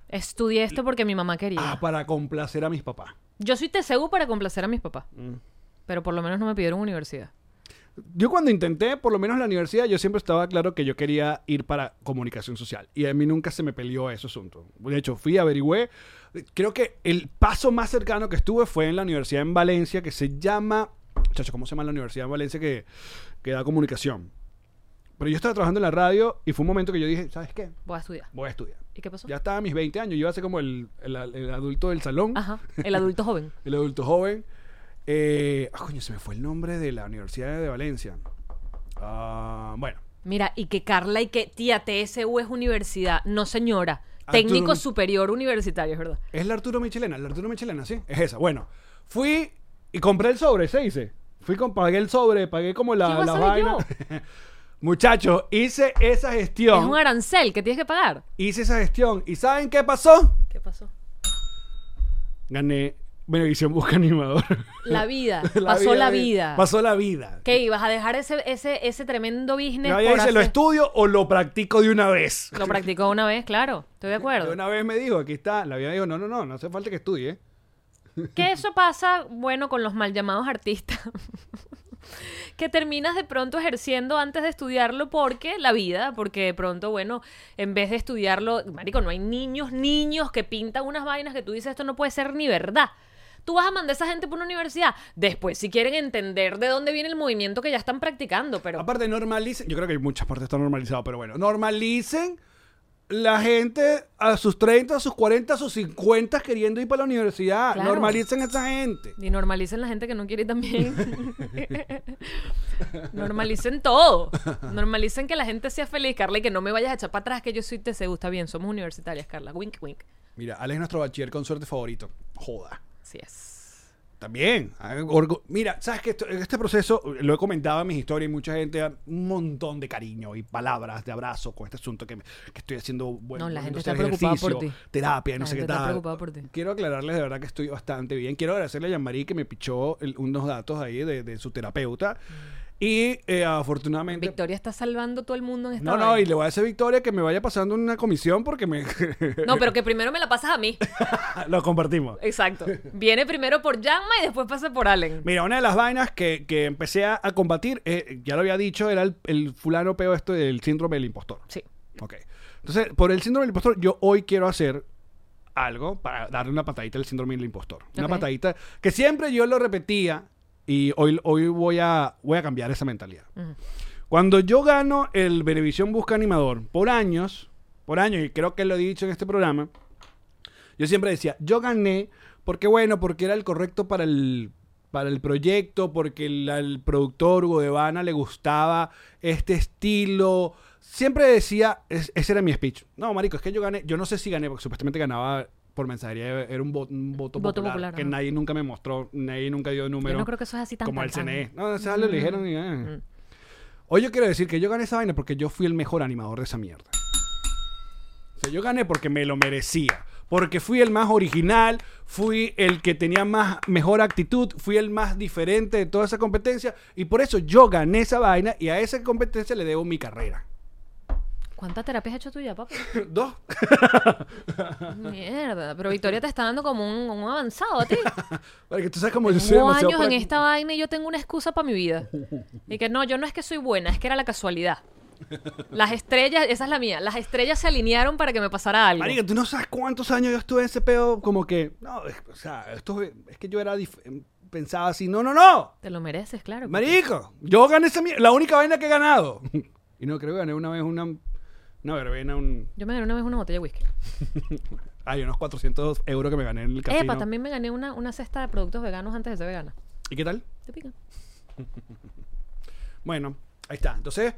B: estudié esto porque mi mamá quería.
D: ah, para complacer a mis papás.
B: Yo soy TCU para complacer a mis papás.
D: Mm.
B: Pero por lo menos no me pidieron universidad.
D: Yo cuando intenté, por lo menos en la universidad, yo siempre estaba claro que yo quería ir para comunicación social. Y a mí nunca se me peleó ese asunto. De hecho, fui, averigüé. Creo que el paso más cercano que estuve fue en la universidad en Valencia, que se llama... Chacho, ¿cómo se llama la universidad en Valencia que, que da comunicación? Pero yo estaba trabajando en la radio y fue un momento que yo dije, ¿sabes qué?
B: Voy a estudiar.
D: Voy a estudiar.
B: ¿Y qué pasó?
D: Ya estaba a mis 20 años, yo iba a ser como el, el- el adulto del salón.
B: Ajá, el adulto joven.
D: El adulto joven. Eh, ah, coño, se me fue el nombre de la Universidad de Valencia. Ah, bueno.
B: Mira, y que Carla y que tía TSU es universidad. No, señora.
D: Ah,
B: Técnico
D: tú-
B: superior universitario, es verdad.
D: Es la Arturo Michelena, la Arturo Michelena, sí. Es esa. Bueno, fui y compré el sobre, se dice. Fui, con, pagué el sobre, pagué como
B: ¿Qué
D: la,
B: voy a
D: la
B: saber
D: vaina. <laughs> Muchachos, hice esa
B: Es
D: gestión.
B: un arancel que tienes que pagar.
D: Hice esa gestión. ¿Y saben qué pasó?
B: ¿Qué pasó?
D: gané Benevisión Busca Animador. <laughs>
B: La vida. pasó la
D: de-
B: vida.
D: Pasó la vida.
B: ¿Qué ibas a dejar ese, ese, ese tremendo business?
D: La vida
B: por
D: dice, ¿lo
B: hacer-
D: estudio o lo practico de una vez?
B: Lo practicó una vez, claro. Estoy de
D: De
B: acuerdo.
D: una vez me dijo, aquí está. La vida dijo, no, no, no, no hace falta que estudie.
B: Que eso pasa, bueno, con los mal llamados artistas. <laughs> que terminas de pronto ejerciendo antes de estudiarlo porque la vida, porque de pronto, bueno, en vez de estudiarlo, marico, no hay niños, niños que pintan unas vainas que tú dices, esto no puede ser ni verdad. Tú vas a mandar a esa gente por una universidad. Después, si quieren entender de dónde viene el movimiento que ya están practicando, pero...
D: Aparte, normalicen. Yo creo que hay muchas partes están normalizadas, pero bueno. Normalicen la gente a sus 30, a sus 40, a sus 50 queriendo ir para la universidad.
B: Claro.
D: Normalicen a esa gente.
B: Y normalicen la gente que no quiere ir
D: <laughs>
B: también. normalicen todo. Normalicen que la gente sea feliz, Carla, y que no me vayas a echar para atrás, que yo soy TCU. Está bien, somos universitarias, Carla. Wink, wink.
D: Mira, Alex es nuestro bachiller con suerte favorito. Joda.
B: Así es.
D: También. ah, orgu- Mira, sabes que este proceso, lo he comentado en mis historias y mucha gente da un montón de cariño y palabras de abrazo con este asunto que, me- que estoy haciendo bueno.
B: No, la gente
D: hacer
B: está preocupada por
D: ejercicio,
B: ti.
D: Terapia, no
B: La
D: sé qué
B: gente está
D: tal.
B: preocupada por ti.
D: Quiero aclararles de verdad que estoy bastante bien. Quiero agradecerle a Yanmarí que me pichó el- unos datos ahí de, de su terapeuta. Y eh, afortunadamente.
B: Mm. Victoria está salvando todo el mundo en esta
D: No, no,
B: vaina.
D: y le voy a decir a Victoria que me vaya pasando una comisión porque me. <laughs>
B: No, pero que primero me la pasas a mí.
D: lo compartimos.
B: Exacto. Viene primero por Yanma y después pasa por Allen.
D: Mira, una de las vainas que, que empecé a, a combatir, eh, ya lo había dicho, era el, el fulano peo esto del síndrome del impostor.
B: Sí.
D: Ok. Entonces, por el síndrome del impostor, yo hoy quiero hacer algo para darle una patadita al síndrome del impostor. Una
B: Ok.
D: patadita que siempre yo lo repetía y hoy, hoy voy, a, voy a cambiar esa mentalidad. Cuando yo gano el Benevisión Busca Animador por años, por años, y creo que lo he dicho en este programa, yo siempre decía, yo gané porque bueno, porque era el correcto para el para el proyecto, porque el, al productor Hugo de Habana le gustaba este estilo. Siempre decía, es- ese era mi speech. No, marico, es que yo gané, yo no sé si gané, porque supuestamente ganaba por mensajería, era un, vo- un voto,
B: Voto
D: popular,
B: popular,
D: que
B: ajá.
D: nadie nunca me mostró, nadie nunca dio número.
B: Yo no creo que eso es así tan Mm. tan,
D: como el E.
B: tan.
D: CNE. No, o sea, lo eligieron y... eh. Hoy yo quiero decir que yo gané esa vaina porque yo fui el mejor animador de esa mierda. O sea, yo gané porque me lo merecía. Porque fui el más original, fui el que tenía más mejor actitud, fui el más diferente de toda esa competencia. Y por eso yo gané esa vaina y a esa competencia le debo mi carrera. <laughs> E.
B: ¿Cuántas terapias has hecho tú ya, papá?
D: Dos.
B: Mierda. Pero Victoria te está dando como un, un avanzado a ti.
D: Porque tú sabes cómo yo soy
B: Tengo
D: demasiado
B: años en
D: práctico.
B: esta vaina y yo tengo una excusa para mi vida. Y que no, yo no es que soy buena, es que era la casualidad. Las estrellas, esa es la mía, las estrellas se alinearon para que me pasara algo.
D: Marica, tú no sabes cuántos años yo estuve en ese pedo como que... No, es- o sea, esto es es que yo era... dif- Pensaba así, no, no, no.
B: Te lo mereces, claro.
D: Marico, yo gané esa mierda, la única vaina que he ganado. <laughs> Y no creo que gané una vez una, una verbena, un...
B: Yo me gané una vez una botella de whisky.
D: Hay unos 400 euros que me gané en el casino.
B: Epa, también me gané una, una cesta de productos veganos antes de ser vegana.
D: ¿Y qué tal?
B: Te pica.
D: Bueno, ahí está. Entonces,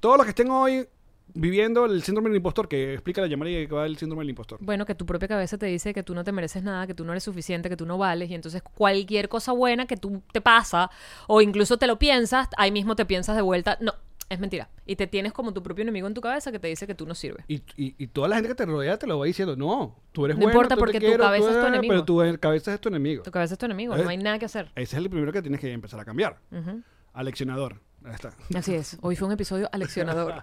D: todos los que estén hoy viviendo el síndrome del impostor, que explica la llamada y que va el síndrome del impostor.
B: Bueno, que tu propia cabeza te dice que tú no te mereces nada, que tú no eres suficiente, que tú no vales, y entonces cualquier cosa buena que tú te pasa, o incluso te lo piensas, ahí mismo te piensas de vuelta, no, es mentira. Y te tienes como tu propio enemigo en tu cabeza que te dice que tú no sirves.
D: Y, y- y toda la gente que te rodea te lo va diciendo, no, tú eres
B: No
D: bueno,
B: importa
D: tú te
B: porque tu
D: quiero,
B: cabeza es tu
D: ah,
B: enemigo.
D: Pero tu eh, cabeza es tu enemigo.
B: Tu cabeza es tu enemigo,
D: ¿Eh?
B: no hay nada que hacer.
D: Ese es el primero que tienes que empezar a cambiar. <laughs> Aleccionador. Ahí está.
B: Así es, hoy fue un episodio
D: <laughs>
B: aleccionador.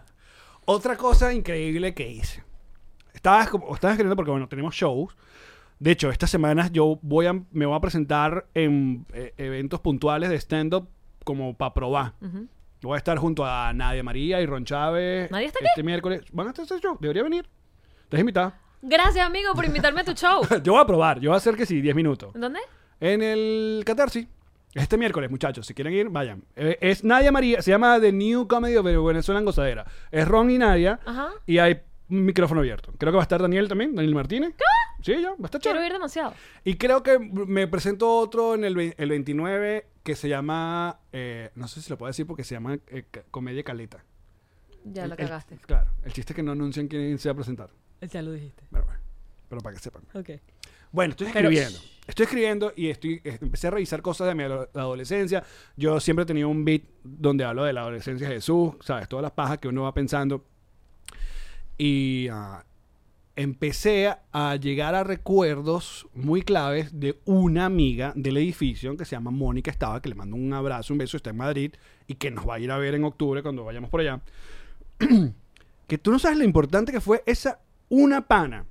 D: Otra cosa increíble que hice. Estabas, como- estabas escribiendo porque, bueno, tenemos shows. De hecho, estas semanas yo voy a, me voy a presentar en eh, eventos puntuales de stand-up como para probar. Voy a estar junto a Nadia María y Ron Chávez.
B: ¿Nadia está aquí?
D: Este miércoles. ¿Van a hacer ese show? Debería venir. Te invitada.
B: Gracias, amigo, por invitarme a tu
D: <laughs>
B: show.
D: Yo voy a probar. Yo voy a hacer que sí, 10 minutos.
B: ¿Dónde?
D: En el Catarsis. Este miércoles, muchachos, si quieren ir, vayan. Eh, es Nadia María, se llama The New Comedy of Venezuelan Gozadera. Es Ron y Nadia.
B: Ajá.
D: Y hay un micrófono abierto. Creo que va a estar Daniel también, Daniel Martínez. ¿Qué? Sí, ya, va a estar
B: Quiero
D: chévere.
B: ir demasiado.
D: Y creo que me presento otro en el, ve- el 29 que se llama, eh, no sé si lo puedo decir porque se llama eh, ca- Comedia Caleta.
B: Ya
D: El-
B: la
D: el-
B: cagaste.
D: claro, el chiste es que no anuncian quién se va a presentar.
B: Ya lo dijiste.
D: Pero bueno, pero para que sepan.
B: Ok.
D: Bueno, estoy
B: Pero-
D: escribiendo. Estoy escribiendo y estoy eh, empecé a revisar cosas de mi ado- adolescencia. Yo siempre he tenido un beat donde hablo de la adolescencia de Jesús, ¿sabes? Todas las pajas que uno va pensando. Y ah, empecé a llegar a recuerdos muy claves de una amiga del edificio que se llama Mónica Estaba, que le mando un abrazo, un beso, está en Madrid y que nos va a ir a ver en octubre cuando vayamos por allá. <clears throat> que tú no sabes lo importante que fue esa una pana.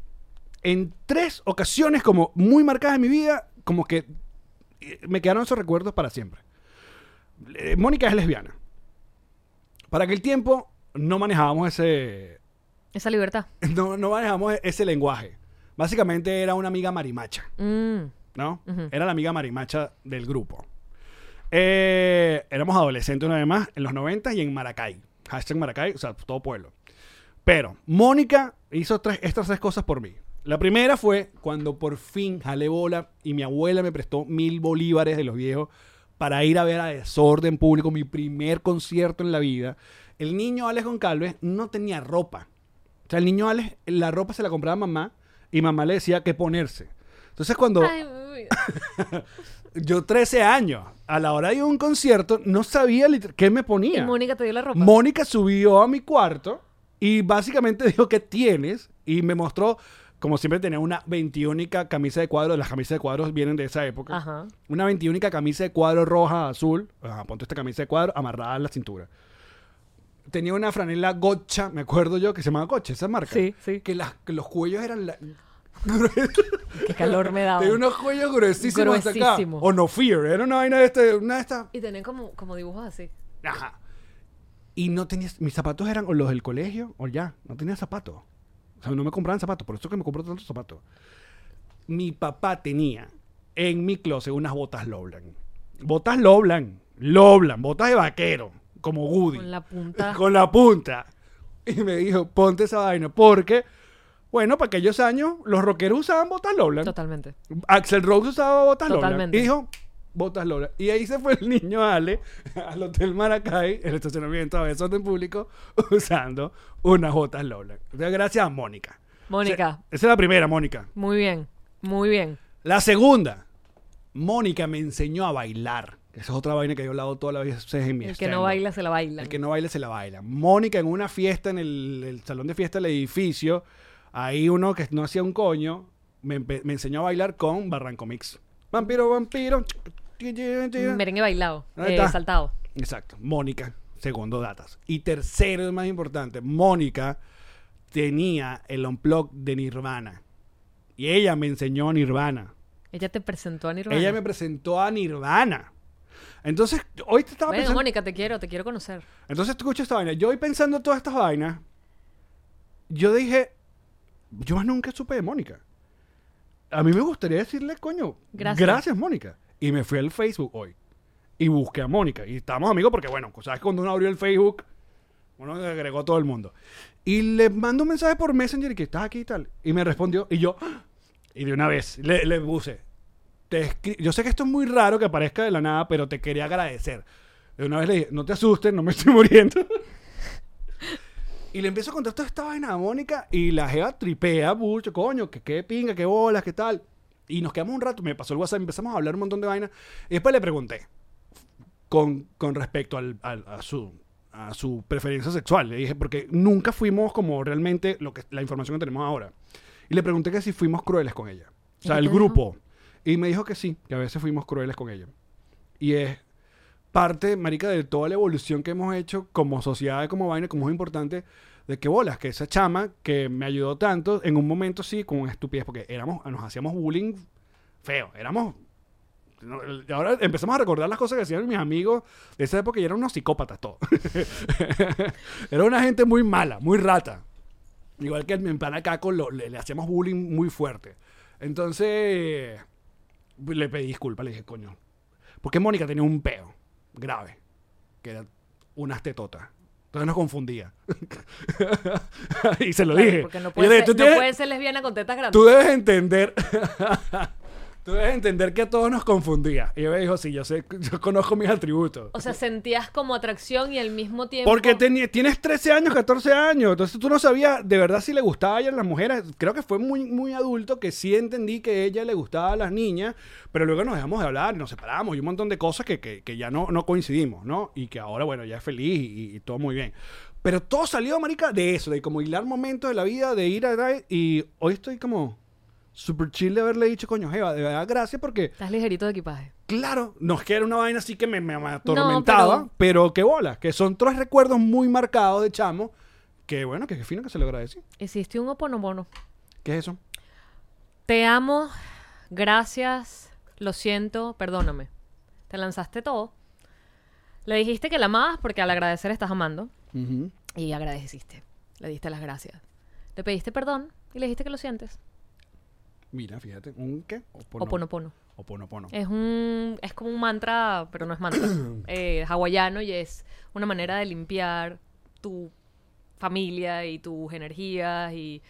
D: En tres ocasiones como muy marcadas en mi vida, como que eh, me quedaron esos recuerdos para siempre. Eh, Mónica es lesbiana. Para aquel tiempo no manejábamos ese, <laughs>
B: Esa libertad.
D: no, no manejamos ese lenguaje. Básicamente era una amiga marimacha,
B: Mm.
D: ¿no? Era la amiga marimacha del grupo. Eh, éramos adolescentes una vez más, en los 90 y en Maracay. Hashtag Maracay, o sea, todo pueblo. Pero Mónica hizo tres, estas tres cosas por mí. La primera fue cuando por fin jalé bola y mi abuela me prestó mil bolívares de los viejos para ir a ver a Desorden Público, mi primer concierto en la vida. El niño Alex Goncalves no tenía ropa. O sea, el niño Alex, la ropa se la compraba mamá y mamá le decía qué ponerse. Entonces cuando
B: Ay, uy.
D: yo 13 años, a la hora de ir a un concierto, no sabía liter- qué me
B: y
D: ponía.
B: Mónica te dio la ropa.
D: Mónica subió a mi cuarto y básicamente <laughs> dijo, ¿qué tienes? Y me mostró, como siempre tenía una veintiúnica camisa de cuadros, las camisas de cuadros vienen de esa época.
B: Ajá.
D: Una veintiúnica camisa de cuadro roja, azul, ajá, ponte esta camisa de cuadro, amarrada a la cintura. Tenía una franela gocha, me acuerdo yo, que se llamaba gocha, esa marca.
B: Sí, sí.
D: Que, las- que los cuellos eran... la-
B: Qué calor me daba.
D: Tenía unos cuellos gruesísimos hasta acá.
B: Ah. Gruesísimo.
D: O no fear, era una vaina de, este, una de estas...
B: Y tenían como, como dibujos así.
D: Ajá. Y no tenía, mis zapatos eran o los del colegio o ya, no tenía zapatos. O sea, no me compraban zapatos, por eso que me compró tantos zapatos. Mi papá tenía en mi closet unas botas Loblan. Botas Loblan, Loblan, botas de vaquero, como Woody.
B: Con la punta.
D: <laughs> Con la punta. Y me dijo, ponte esa vaina, porque, bueno, para aquellos años los rockeros usaban botas Loblan.
B: Totalmente.
D: Axel Rose usaba botas Lola.
B: Totalmente.
D: Y dijo, botas Lola. Y ahí se fue el niño Ale <laughs> al Hotel Maracay, el estacionamiento a veces en público, <laughs> usando unas botas Lola. Gracias a Mónica.
B: Mónica.
D: Se- esa es la primera, Mónica.
B: Muy bien. Muy bien.
D: La segunda, Mónica me enseñó a bailar. Esa es otra vaina que yo he hablado toda la vida es en mi
B: El que no
D: stand-up.
B: baila, se la baila.
D: El que no baila se la baila. Mónica en una fiesta, en el, el salón de fiesta del edificio, ahí uno que no hacía un coño, me, empe- me enseñó a bailar con Barranco Mix. Vampiro, vampiro.
B: Merengue bailado.
D: Ahí
B: eh,
D: está.
B: saltado.
D: Exacto, Mónica, segundo datas. Y tercero, y más importante, Mónica tenía el unplug de Nirvana. Y ella me enseñó Nirvana.
B: Ella te presentó a Nirvana.
D: Ella me Ah, presentó a Nirvana. Entonces, hoy te estaba
B: Bueno,
D: pensando...
B: Mónica, te quiero, te quiero conocer.
D: Entonces tú escuchas esta vaina. Yo hoy pensando todas estas vainas, yo dije, yo más nunca supe de Mónica. A mí me gustaría decirle, coño,
B: Gracias.
D: Mónica. Y me fui al Facebook hoy y busqué a Mónica. Y estábamos amigos porque, bueno, sabes que cuando uno abrió el Facebook, uno agregó a todo el mundo. Y le mando un mensaje por Messenger y que estás aquí y tal. Y me respondió y yo, ¡ah! y de una vez le, le puse, te escri- yo sé que esto es muy raro que aparezca de la nada, pero te quería agradecer. De una vez le dije, no te asustes, no me estoy muriendo. y le empiezo a contar toda esta vaina a Mónica y la jeva tripea mucho, coño, que qué pinga, qué bolas, qué tal. Y nos quedamos un rato, me pasó el WhatsApp, empezamos a hablar un montón de vainas. Y después le pregunté con, con respecto al- al- a su a su preferencia sexual. Le dije, porque nunca fuimos como realmente lo que, la información que tenemos ahora. Y le pregunté que si fuimos crueles con ella. O sea,
B: qué
D: el
B: te dijo?
D: grupo. Y me dijo que sí, que a veces fuimos crueles con ella. Y es parte, marica, de toda la evolución que hemos hecho como sociedad, como vaina, como es importante, de que bolas, que esa chama que me ayudó tanto, en un momento sí, con estupidez, porque éramos, nos hacíamos bullying feo, éramos... no, y Ahora empezamos a recordar las cosas que hacían mis amigos de esa época y eran unos psicópatas todos. <laughs> Era una gente muy mala, muy rata. Igual que en plan acá con lo- le, le hacíamos bullying muy fuerte. Entonces, pues, le pedí disculpas, le dije, coño. Porque Mónica tenía un peo grave, que era unas tetotas. Entonces nos confundía. <laughs> y se lo
B: Claro,
D: dije.
B: Porque no
D: Y
B: puede,
D: le
B: ser,
D: dije, "Tú
B: no
D: tienes-
B: puede ser lesbiana con tetas grandes.
D: Tú debes entender. <laughs> tú debes entender que a todos nos confundía. Y ella me dijo, sí, yo sé, yo conozco mis atributos.
B: O sea, sentías como atracción y al mismo tiempo.
D: Porque teni- tienes 13 años, 14 años. Entonces tú no sabías de verdad si le gustaba a ella a las mujeres. Creo que fue muy, muy adulto que sí entendí que a ella le gustaba a las niñas. Pero luego nos dejamos de hablar, nos separamos y un montón de cosas que, que- que ya no, no coincidimos, ¿no? Y que ahora, bueno, ya es feliz y, y todo muy bien. Pero todo salió, marica, de eso, de como hilar momentos de la vida, de ir a... Y hoy estoy como super chill de haberle dicho, coño, Jeva, de verdad, gracias porque,
B: Estás ligerito de equipaje.
D: claro, no es que era una vaina así que me, me atormentaba,
B: No,
D: pero... qué bola, que son tres recuerdos muy marcados de chamo, que bueno, que qué fino que se lo agradecí.
B: Existe un oponobono.
D: ¿Qué es eso?
B: Te amo, gracias, lo siento, perdóname. Te lanzaste todo. Le dijiste que la amabas porque al agradecer estás amando.
D: Ujú.
B: Y agradeciste. Le diste las gracias. Le pediste perdón y le dijiste que lo sientes.
D: Mira, fíjate, un qué? Opono-
B: Oponopono. Eh,
D: Oponopono.
B: Es un es como un mantra, pero no es mantra. eh, hawaiano y es una manera de limpiar tu familia y tus energías y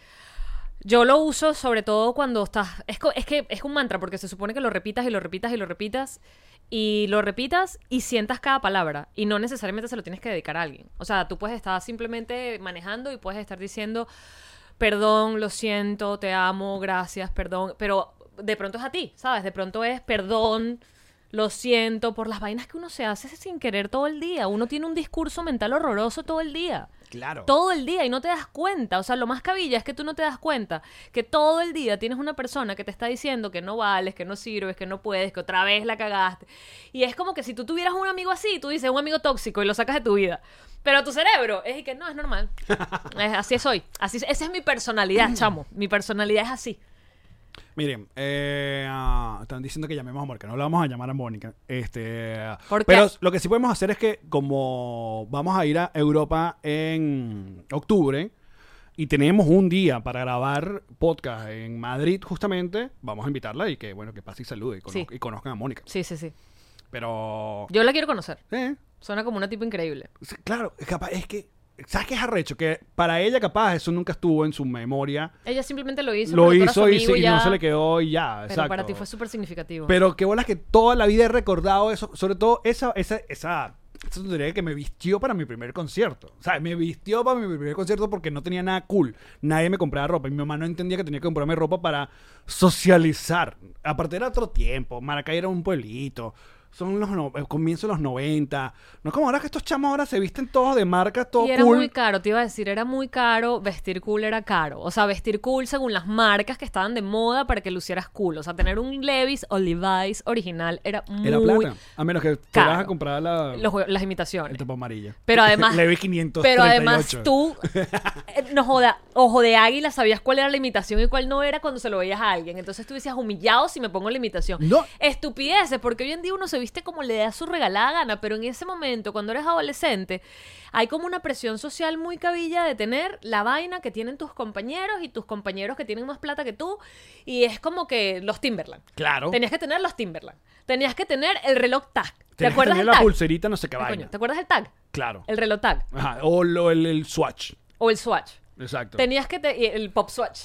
B: yo lo uso sobre todo cuando estás es, co- es que es un mantra porque se supone que lo repitas y lo repitas y lo repitas y lo repitas y sientas cada palabra y no necesariamente se lo tienes que dedicar a alguien. O sea, tú puedes estar simplemente manejando y puedes estar diciendo perdón, lo siento, te amo, gracias, perdón, pero de pronto es a ti, ¿sabes? De pronto es perdón, lo siento, por las vainas que uno se hace sin querer todo el día. Uno tiene un discurso mental horroroso todo el día.
D: Claro.
B: Todo el día y no te das cuenta. O sea, lo más cabilla es que tú no te das cuenta que todo el día tienes una persona que te está diciendo que no vales, que no sirves, que no puedes, que otra vez la cagaste. Y es como que si tú tuvieras un amigo así, tú dices un amigo tóxico y lo sacas de tu vida. Pero tu cerebro es y que no, es
D: <laughs>
B: normal. Es- así soy. Así, esa es mi
D: <clears throat>
B: personalidad, chamo. Mi personalidad es así.
D: Miren, eh, ah, están diciendo que llamemos a Mónica. No la vamos a llamar a Mónica. Este,
B: ¿Por qué?
D: Pero lo que sí podemos hacer es que, como vamos a ir a Europa en octubre y tenemos un día para grabar podcast en Madrid, justamente, vamos a invitarla y que, bueno, que pase y salude y, conoz-
B: Sí.
D: y conozcan a Mónica.
B: Sí, sí, sí.
D: Pero.
B: Yo la quiero conocer.
D: eh,
B: Suena como una tipo increíble.
D: Sí, Claro, es capaz, es que. ¿Sabes qué es arrecho? Que para ella, capaz, eso nunca estuvo en su memoria.
B: Ella simplemente lo hizo.
D: Lo
B: porque tú eras su
D: hizo
B: amigo
D: y, se- y
B: ya,
D: no se le quedó y ya.
B: Pero
D: exacto.
B: para ti fue súper significativo.
D: Pero qué bolas que toda la vida he recordado eso. Sobre todo esa, esa, esa, esa tontería que me vistió para mi primer concierto. O sea, me vistió para mi primer concierto porque no tenía nada cool. Nadie me compraba ropa. Y mi mamá no entendía que tenía que comprarme ropa para socializar. Aparte era otro tiempo. Maracay era un pueblito. Son los no- el comienzo de los 90. No es como ahora que estos chamos ahora se visten todos de marca, todo
B: y era
D: cool.
B: muy caro, te iba a decir, era muy caro, vestir cool era caro. O sea, vestir cool según las marcas que estaban de moda para que lucieras cool. O sea, tener un Levis o Levi's original era muy
D: Era plata. A menos que te
B: caro.
D: vas a comprar la,
B: Los jue- las
D: el
B: imitaciones.
D: topo amarilla. <laughs>
B: Pero además,
D: Le vi 500.
B: pero además tú, eh, no joda, ojo de águila, sabías cuál era la imitación y cuál no era cuando se lo veías a alguien. Entonces tú decías, humillado si me pongo la imitación.
D: No.
B: Estupideces, porque hoy en día uno se viste como le da su regalada gana, pero en ese momento, cuando eres adolescente, hay como una presión social muy cabilla de tener la vaina que tienen tus compañeros y tus compañeros que tienen más plata que tú, y es como que los Timberland.
D: Claro.
B: Tenías que tener los Timberland. Tenías que tener el reloj tag. ¿Te
D: Tenías que
B: acuerdas
D: tener
B: del
D: la
B: tag?
D: pulserita, no sé qué
B: Ay,
D: vaina.
B: coño, ¿Te acuerdas del tag?
D: Claro.
B: El reloj tag.
D: Ajá, O lo- el, el Swatch.
B: O el Swatch.
D: Exacto.
B: Tenías que... Te, y el Pop
D: <laughs>
B: Swatch.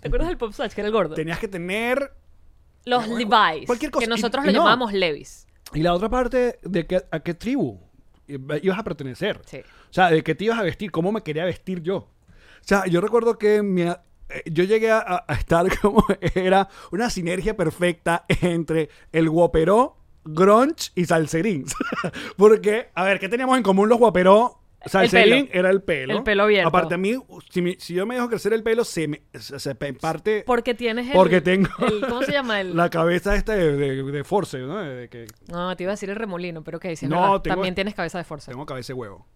B: ¿Te acuerdas del Pop Swatch, que era el gordo?
D: Tenías que tener.
B: Los Levi's.
D: cualquier cosa.
B: Que nosotros
D: Y-
B: lo
D: y no.
B: llamábamos Levis.
D: Y la otra parte de que, a qué tribu iba- ibas a pertenecer.
B: Sí.
D: O sea, de qué te ibas a vestir, cómo me quería vestir yo. O sea, yo recuerdo que mi a- eh, yo llegué a, a estar <laughs> como era una sinergia perfecta entre el guaperó, grunge y salserín. <laughs> Porque, a ver, ¿qué teníamos en común los guaperó? Salserín
B: pelo.
D: era el pelo.
B: El pelo abierto.
D: Aparte, a mí, si, mi- si yo me dejo crecer el pelo, se me se, se pe- parte.
B: Porque tienes el...
D: Porque tengo
B: el- ¿Cómo se
D: <laughs>
B: llama? El...
D: la cabeza esta de, de, de Force, ¿no? De que
B: No, te iba a decir el remolino, pero ok, si es
D: No,
B: verdad,
D: tengo-
B: También tienes cabeza de fuerza.
D: tengo cabeza de huevo.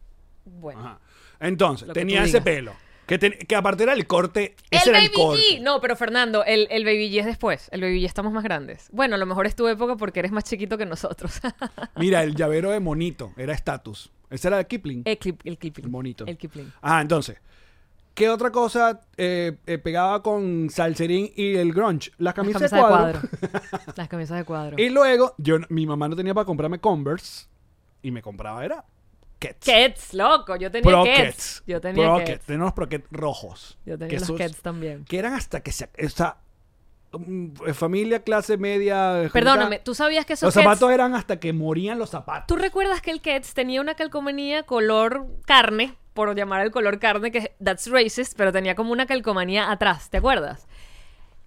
B: Bueno.
D: Ajá. Entonces,
B: Lo que
D: tenía
B: tú
D: ese
B: digas.
D: pelo. Que, ten- que aparte era el corte. Ese
B: El
D: era
B: Baby
D: el corte.
B: G. No, pero Fernando, el, el Baby G es después. El Baby G estamos más grandes. Bueno, a lo mejor es tu época porque eres más chiquito que nosotros. <laughs>
D: Mira, el llavero de monito era estatus. Ese era de Kipling.
B: el, clip, el Kipling.
D: el monito.
B: El Kipling.
D: Ah, entonces. ¿Qué otra cosa eh, eh, pegaba con Salserín y el grunge? Las
B: Las
D: camisas
B: camisas
D: de cuadro.
B: de cuadro. Las camisas de cuadro.
D: <laughs> y luego, yo, no- mi mamá no tenía para comprarme Converse. Y me compraba, era Kets.
B: Kets, loco. Yo tenía
D: Prockets.
B: Kets. Yo tenía
D: Prockets.
B: Kets.
D: Tenía unos Prockets rojos.
B: Yo tenía
D: Que
B: los
D: esos-
B: Kets también.
D: Que eran hasta que se. Esa, familia, clase media. eh,
B: Perdóname,
D: junta.
B: ¿tú sabías que esos
D: Los
B: Keds-
D: zapatos eran hasta que morían los zapatos.
B: ¿Tú recuerdas que el Kets tenía una calcomanía color carne, por llamar el color carne, que es- that's racist, pero tenía como una calcomanía atrás, ¿te acuerdas?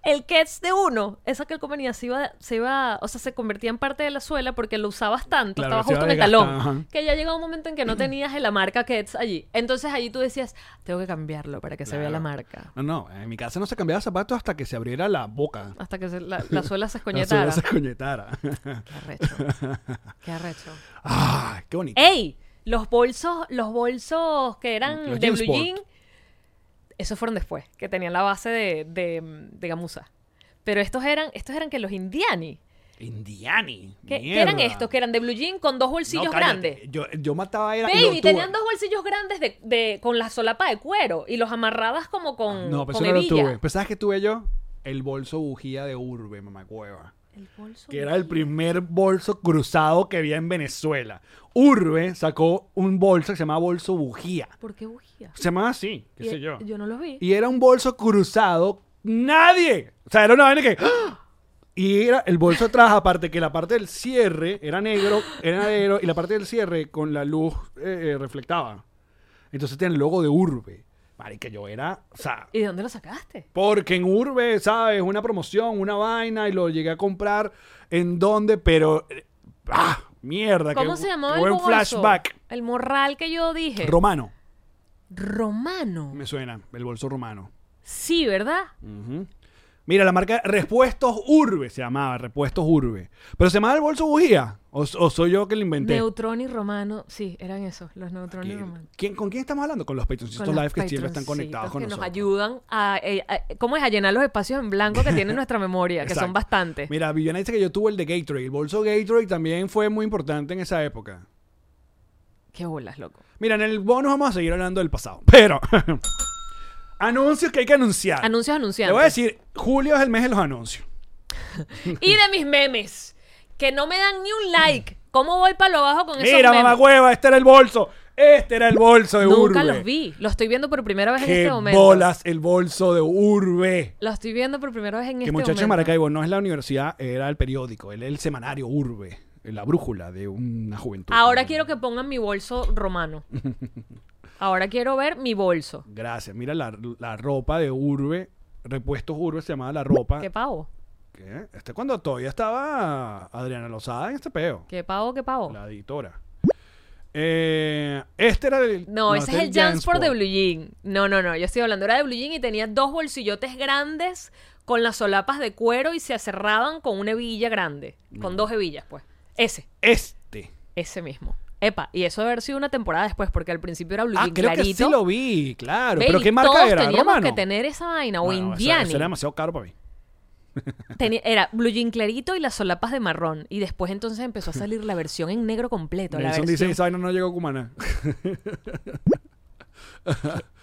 B: El Kets de uno, esa calcomanía se iba, se iba, o sea, se convertía en parte de la suela porque lo usabas tanto,
D: Claro,
B: estaba
D: se iba
B: justo en el talón,
D: desgastando, ajá.
B: que ya llegaba un momento en que no tenías la marca Kets allí. Entonces allí tú decías, tengo que cambiarlo para que se vea la
D: Claro.
B: marca.
D: No, no, en mi casa no se cambiaba zapatos hasta que se abriera la boca. <laughs>
B: Hasta que se- la, la suela se
D: La suela
B: escoñetara.
D: se coñetara.
B: Qué arrecho. Qué
D: <laughs>
B: arrecho.
D: ¡Ah! ¡Qué bonito!
B: ¡Ey! Los bolsos, los bolsos que eran
D: Los
B: de
D: jeans
B: blue
D: sport.
B: jean, esos fueron después, que tenían la base de, de, de gamuza. Pero estos eran, estos eran que los indiani.
D: Indiani.
B: ¿Qué, qué
D: mierda.
B: eran estos? Que eran de blue jean con dos
D: No,
B: bolsillos
D: cállate.
B: grandes.
D: Yo, yo mataba era.
B: Baby,
D: lo- tú-
B: tenían dos bolsillos grandes de, de- con la solapa de cuero y los amarrabas como con,
D: Ah, No, pero
B: con
D: eso no lo
B: hebilla.
D: tuve. Pero ¿sabes qué tuve yo? El bolso bujía de Urbe, mamacueva.
B: El bolso
D: Que era el primer bolso cruzado que había en Venezuela. Urbe sacó un bolso que se llamaba bolso bujía.
B: ¿Por qué bujía?
D: Se llamaba así, qué
B: Y-
D: sé yo.
B: no los vi.
D: Y era un bolso cruzado. ¡Nadie! O sea, era una vaina que. ¡ah! Y era el bolso atrás, aparte que la parte del cierre era negro, era negro, y la parte del cierre con la luz eh, eh, reflectaba. Entonces tiene el logo de Urbe. Marica, yo era. O sea,
B: ¿Y de dónde lo sacaste?
D: porque en Urbe, ¿sabes? Una promoción, una vaina, y lo llegué a comprar en donde, pero. eh, ¡Ah! Mierda,
B: ¿Cómo
D: qué-
B: se llamaba
D: qué
B: el
D: buen
B: bolso?
D: flashback.
B: El morral que yo dije.
D: Romano.
B: Romano.
D: Me suena, el bolso romano.
B: Sí, ¿verdad?
D: Mira, la marca Repuestos Urbe se llamaba, Repuestos Urbe. Pero se llamaba el bolso bujía. ¿O, o soy yo que lo inventé?
B: Neutrón y romano. Sí, eran esos, los neutrón y
D: ¿Quién-
B: romano.
D: quién- ¿Con quién estamos hablando? Con los patroncitos
B: Con los
D: live que siempre están
B: patroncitos
D: conectados con
B: que
D: nosotros.
B: nos ayudan a, eh, a- ¿cómo es? a llenar los espacios en blanco que
D: <laughs>
B: tiene nuestra memoria, que son
D: Exacto.
B: bastantes.
D: Mira, Viviana dice que yo tuve el de Gatorade. El bolso Gatorade también fue muy importante en esa época.
B: Qué bolas, loco.
D: Mira, en el bonus vamos a seguir hablando del pasado. <laughs> Pero, anuncios que hay que anunciar.
B: Anuncios
D: Ah. Te
B: anunciantes.
D: voy a decir, julio es el mes de los anuncios.
B: Y de mis memes, que no me dan ni un like. ¿Cómo voy para lo bajo con esos
D: Mira,
B: memes?
D: mamá hueva, este era el bolso. Este era el bolso de Urbe.
B: Nunca los vi. Los estoy viendo por primera vez en
D: ¡Qué
B: este momento.
D: bolas el bolso de Urbe!
B: Los estoy viendo por primera vez en
D: que
B: este
D: muchacho de
B: momento.
D: Maracaibo no es la universidad, era el periódico, el, el semanario Urbe, la brújula de una juventud.
B: Ahora quiero que pongan mi bolso romano. Ahora quiero ver mi bolso.
D: Gracias. Mira la, la ropa de Urbe, repuestos Urbe se llamaba la ropa.
B: Qué pavo.
D: ¿Qué? Este cuando todavía estaba Adriana Lozada en este peo,
B: Qué pavo, qué pavo.
D: la editora. Eh, este era el.
B: No, ese
D: este
B: es el Jansport de
D: Jansport.
B: Blue Jean. No, no, no. Yo estoy hablando. Era de Blue Jean y tenía dos bolsillotes grandes con las solapas de cuero y se aserraban con una hebilla grande. Con dos hebillas, pues. Ese,
D: Este.
B: ese mismo. Epa, y eso debe haber sido una temporada después, porque al principio era Blue
D: Ah,
B: Jean
D: creo
B: clarito.
D: que sí lo vi, claro. ¿Pero
B: Baby,
D: qué marca
B: todos
D: era?
B: teníamos
D: ¿Romano?
B: que tener esa vaina. O
D: No, no, eso-
B: Indiani.
D: eso era demasiado caro para mí.
B: Tenía- era blue jean clarito y las solapas de marrón. Y después entonces
D: <laughs>
B: empezó a salir la versión en negro completo. La
D: Nelson
B: versión...
D: dice, esa vaina no llegó a Cumaná.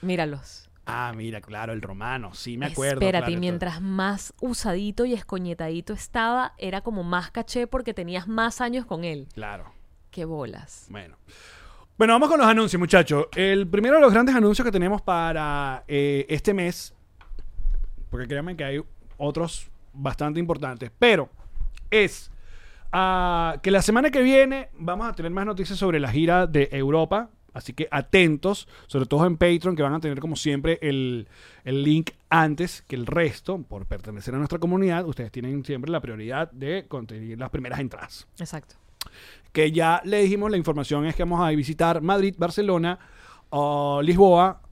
B: Míralos.
D: Ah, mira, claro, el romano, sí me acuerdo.
B: Espérate,
D: claro,
B: y
D: esto-
B: mientras más usadito y escoñetadito estaba, era como más caché porque tenías más años con él.
D: Claro,
B: ¡Qué bolas!
D: bueno. Bueno, vamos con los anuncios, muchachos. El primero de los grandes anuncios que tenemos para eh, este mes, porque créanme que hay otros bastante importantes, pero es ah, que la semana que viene vamos a tener más noticias sobre la gira de Europa. Así que atentos, sobre todo en Patreon, que van a tener como siempre el, el link antes que el resto, por pertenecer a nuestra comunidad. Ustedes tienen siempre la prioridad de conseguir las primeras entradas
B: Exacto.
D: que ya le dijimos, la información es que vamos a visitar Madrid, Barcelona, uh, Lisboa,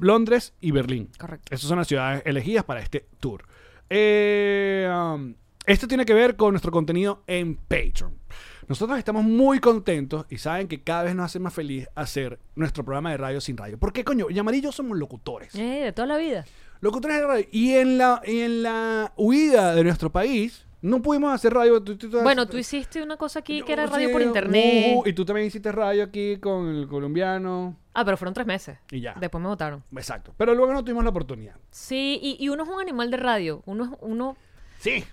D: Londres y Berlín.
B: Correcto.
D: Esas son las ciudades elegidas para este tour. Eh, um, esto tiene que ver con nuestro contenido en Patreon. Nosotros estamos muy contentos y saben que cada vez nos hace más feliz hacer nuestro programa de radio sin radio. ¿Por qué, coño? Yamar y yo somos locutores.
B: Eh, de toda la vida.
D: Locutores de radio. Y en la, y en la huida de nuestro país, no pudimos hacer radio. Tú- tú- tú-
B: Bueno, tú hiciste una cosa aquí que era
D: yo,
B: radio por
D: sí,
B: internet.
D: uh, y tú también hiciste radio aquí con el colombiano.
B: Ah, pero fueron tres meses.
D: Y ya.
B: Después me votaron.
D: Exacto. Pero luego no tuvimos la oportunidad.
B: Sí, y, y uno es un animal de radio. Uno es uno.
D: Sí.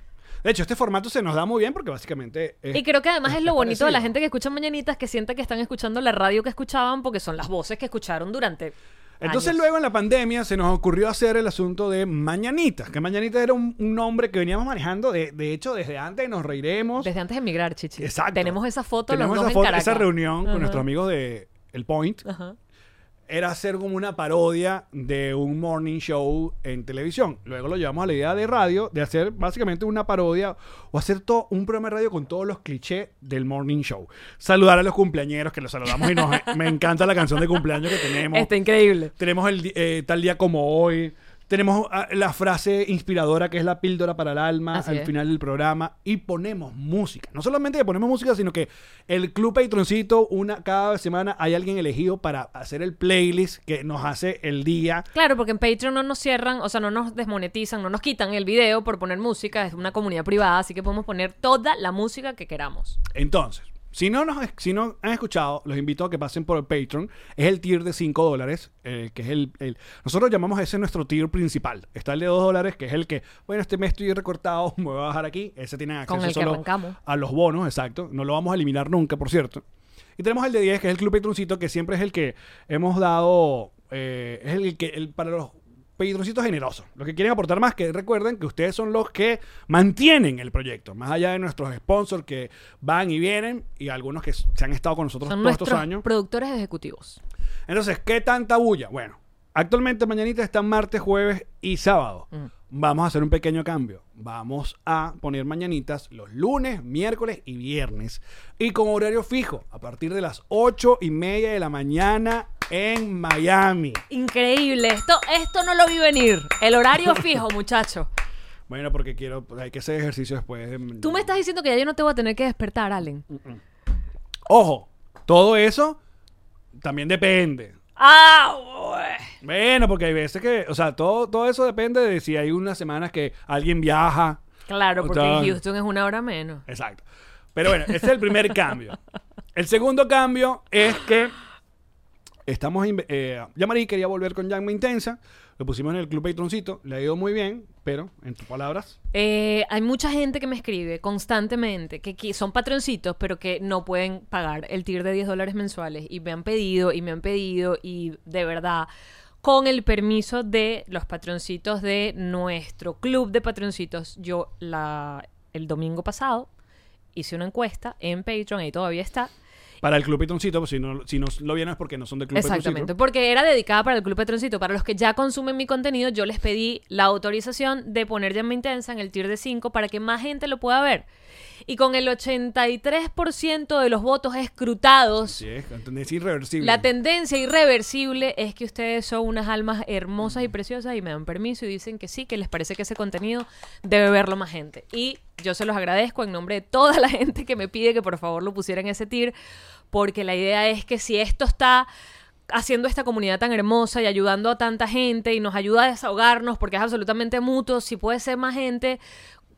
D: De hecho, este formato se nos da muy bien porque básicamente. es-
B: Y creo que además es lo bonito de la
D: parecido.
B: gente que escucha mañanitas que siente que están escuchando la radio que escuchaban porque son las voces que escucharon durante.
D: Entonces,
B: años.
D: luego en la pandemia se nos ocurrió hacer el asunto de Mañanitas. Que Mañanitas era un, un nombre que veníamos manejando. De, de hecho, desde antes nos reiremos.
B: Desde antes de emigrar, Chichi.
D: Exacto.
B: Tenemos esa foto,
D: Tenemos
B: los dos
D: esa,
B: en
D: foto-
B: Caracas.
D: esa reunión con
B: Ajá.
D: nuestros amigos de El Point.
B: Ajá.
D: era hacer como una parodia de un morning show en televisión. Luego lo llevamos a la idea de radio, de hacer básicamente una parodia o hacer todo un programa de radio con todos los clichés del morning show. Saludar a los cumpleañeros, que los saludamos y nos, <laughs> me encanta la canción de cumpleaños que tenemos.
B: Está increíble.
D: Tenemos el di- eh, tal día como hoy. Tenemos ah, la frase inspiradora que es la píldora para el alma
B: Así
D: al
B: es.
D: final del programa y ponemos música. No solamente que ponemos música, sino que el Club Patroncito, una, cada semana hay alguien elegido para hacer el playlist que nos hace el día.
B: Claro, porque en Patreon no nos cierran, o sea, no nos desmonetizan, no nos quitan el video por poner música, es una comunidad privada, así que podemos poner toda la música que queramos.
D: Entonces, si no, nos, si no han escuchado, los invito a que pasen por el Patreon. Es el tier de 5 dólares, eh, que es el, el- Nosotros llamamos ese nuestro tier principal. Está el de 2 dólares, que es el que, bueno, este mes estoy recortado, <laughs> me voy a bajar aquí. Ese tiene acceso
B: Con el que
D: solo
B: arrancamos.
D: a los bonos, exacto. No lo vamos a eliminar nunca, por cierto. Y tenemos el de 10, que es el Club Patroncito, que siempre es el que hemos dado... eh, es el que... el- para los patroncitos generosos. Los que quieren aportar más, que recuerden que ustedes son los que mantienen el proyecto. Más allá de nuestros sponsors que van y vienen y algunos que s- se han estado con nosotros
B: Son
D: todos estos
B: nuestros
D: años.
B: productores ejecutivos.
D: Entonces, ¿qué tanta bulla? Bueno, actualmente mañanita están martes, jueves y sábado.
B: Mm.
D: Vamos a hacer un pequeño cambio. Vamos a poner mañanitas los lunes, miércoles y viernes. Y con horario fijo, a partir de las ocho y media de la mañana en Miami.
B: Increíble, esto, esto no lo vi venir. El horario fijo, muchacho.
D: Bueno, porque quiero, hay que hacer ejercicio después. de-
B: Tú me estás diciendo que ya yo no te voy a tener que despertar, Allen.
D: Ojo, todo eso también depende.
B: Ah, güey.
D: Bueno, porque hay veces que, o sea, todo, todo eso depende de si hay unas semanas que alguien viaja.
B: Claro, porque
D: Está-
B: en Houston es una hora menos.
D: Exacto. Pero bueno, ese es el primer cambio. El segundo cambio es que estamos... inve- Eh, ya Marí quería volver con Llama Intensa. Lo pusimos en el Club Patroncito. Le ha ido muy bien, pero, en tus palabras...
B: Eh, hay mucha gente que me escribe constantemente que qui- son patroncitos, pero que no pueden pagar el tier de 10 dólares mensuales. Y me han pedido, y me han pedido, y de verdad, con el permiso de los patroncitos de nuestro club de patroncitos, yo la, el domingo pasado hice una encuesta en Patreon, ahí todavía está.
D: Para el Club Patroncito, pues si no, si no lo vieron es porque no son del Club
B: Exactamente,
D: Patroncito.
B: porque era dedicada para el Club Patroncito. Para los que ya consumen mi contenido, yo les pedí la autorización de poner Llama Intensa en el tier de 5 para que más gente lo pueda ver. Y con el 83% de los votos escrutados,
D: Sí, es, es irreversible.
B: la tendencia irreversible es que ustedes son unas almas hermosas y preciosas y me dan permiso y dicen que sí, que les parece que ese contenido debe verlo más gente. Y yo se los agradezco en nombre de toda la <laughs> gente que me pide que por favor lo pusieran en ese tir, porque la idea es que si esto está haciendo esta comunidad tan hermosa y ayudando a tanta gente y nos ayuda a desahogarnos porque es absolutamente mutuo, si puede ser más gente,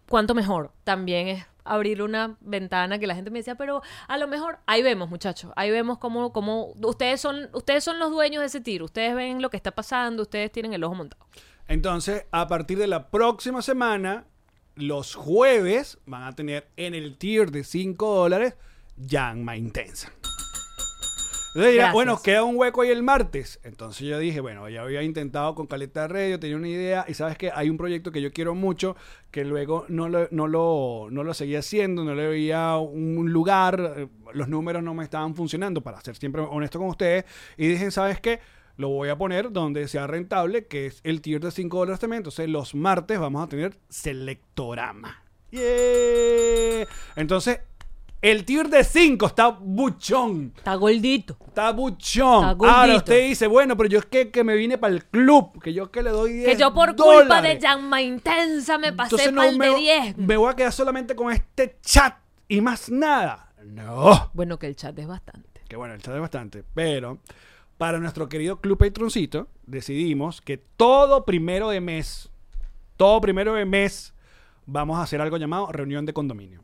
B: cuánto mejor. También es abrir una ventana que la gente me decía, pero a lo mejor ahí vemos, muchachos, ahí vemos cómo, cómo ustedes son, ustedes son los dueños de ese tiro, ustedes ven lo que está pasando, ustedes tienen el ojo montado.
D: Entonces, a partir de la próxima semana, los jueves van a tener en el tier de 5 dólares Yanma Intensa. Entonces dirá,
B: Gracias.
D: bueno, queda un hueco ahí el martes. Entonces yo dije, bueno, ya había intentado con Caleta Radio, tenía una idea, y sabes que hay un proyecto que yo quiero mucho, que luego no lo, no lo, no lo seguía haciendo, no le veía un lugar, eh, los números no me estaban funcionando, para ser siempre honesto con ustedes. Y dije, ¿sabes qué? Lo voy a poner donde sea rentable, que es el tier de 5 dólares también. Entonces los martes vamos a tener Selectorama. ¡Yeah! Entonces, el tier de 5 está buchón.
B: Está gordito.
D: Está buchón.
B: Está gordito.
D: Ahora usted dice, bueno, pero yo es que, que me vine para el club, que yo es que le doy 10
B: Que yo por culpa de
D: dólares.
B: Llama Intensa me pasé
D: Entonces
B: mal
D: no me,
B: de
D: vo-
B: 10.
D: me voy a quedar solamente con este chat y más nada. No.
B: Bueno, que el chat es bastante.
D: Que bueno, el chat es bastante. Pero para nuestro querido club patroncito, decidimos que todo primero de mes, todo primero de mes, vamos a hacer algo llamado reunión de condominio.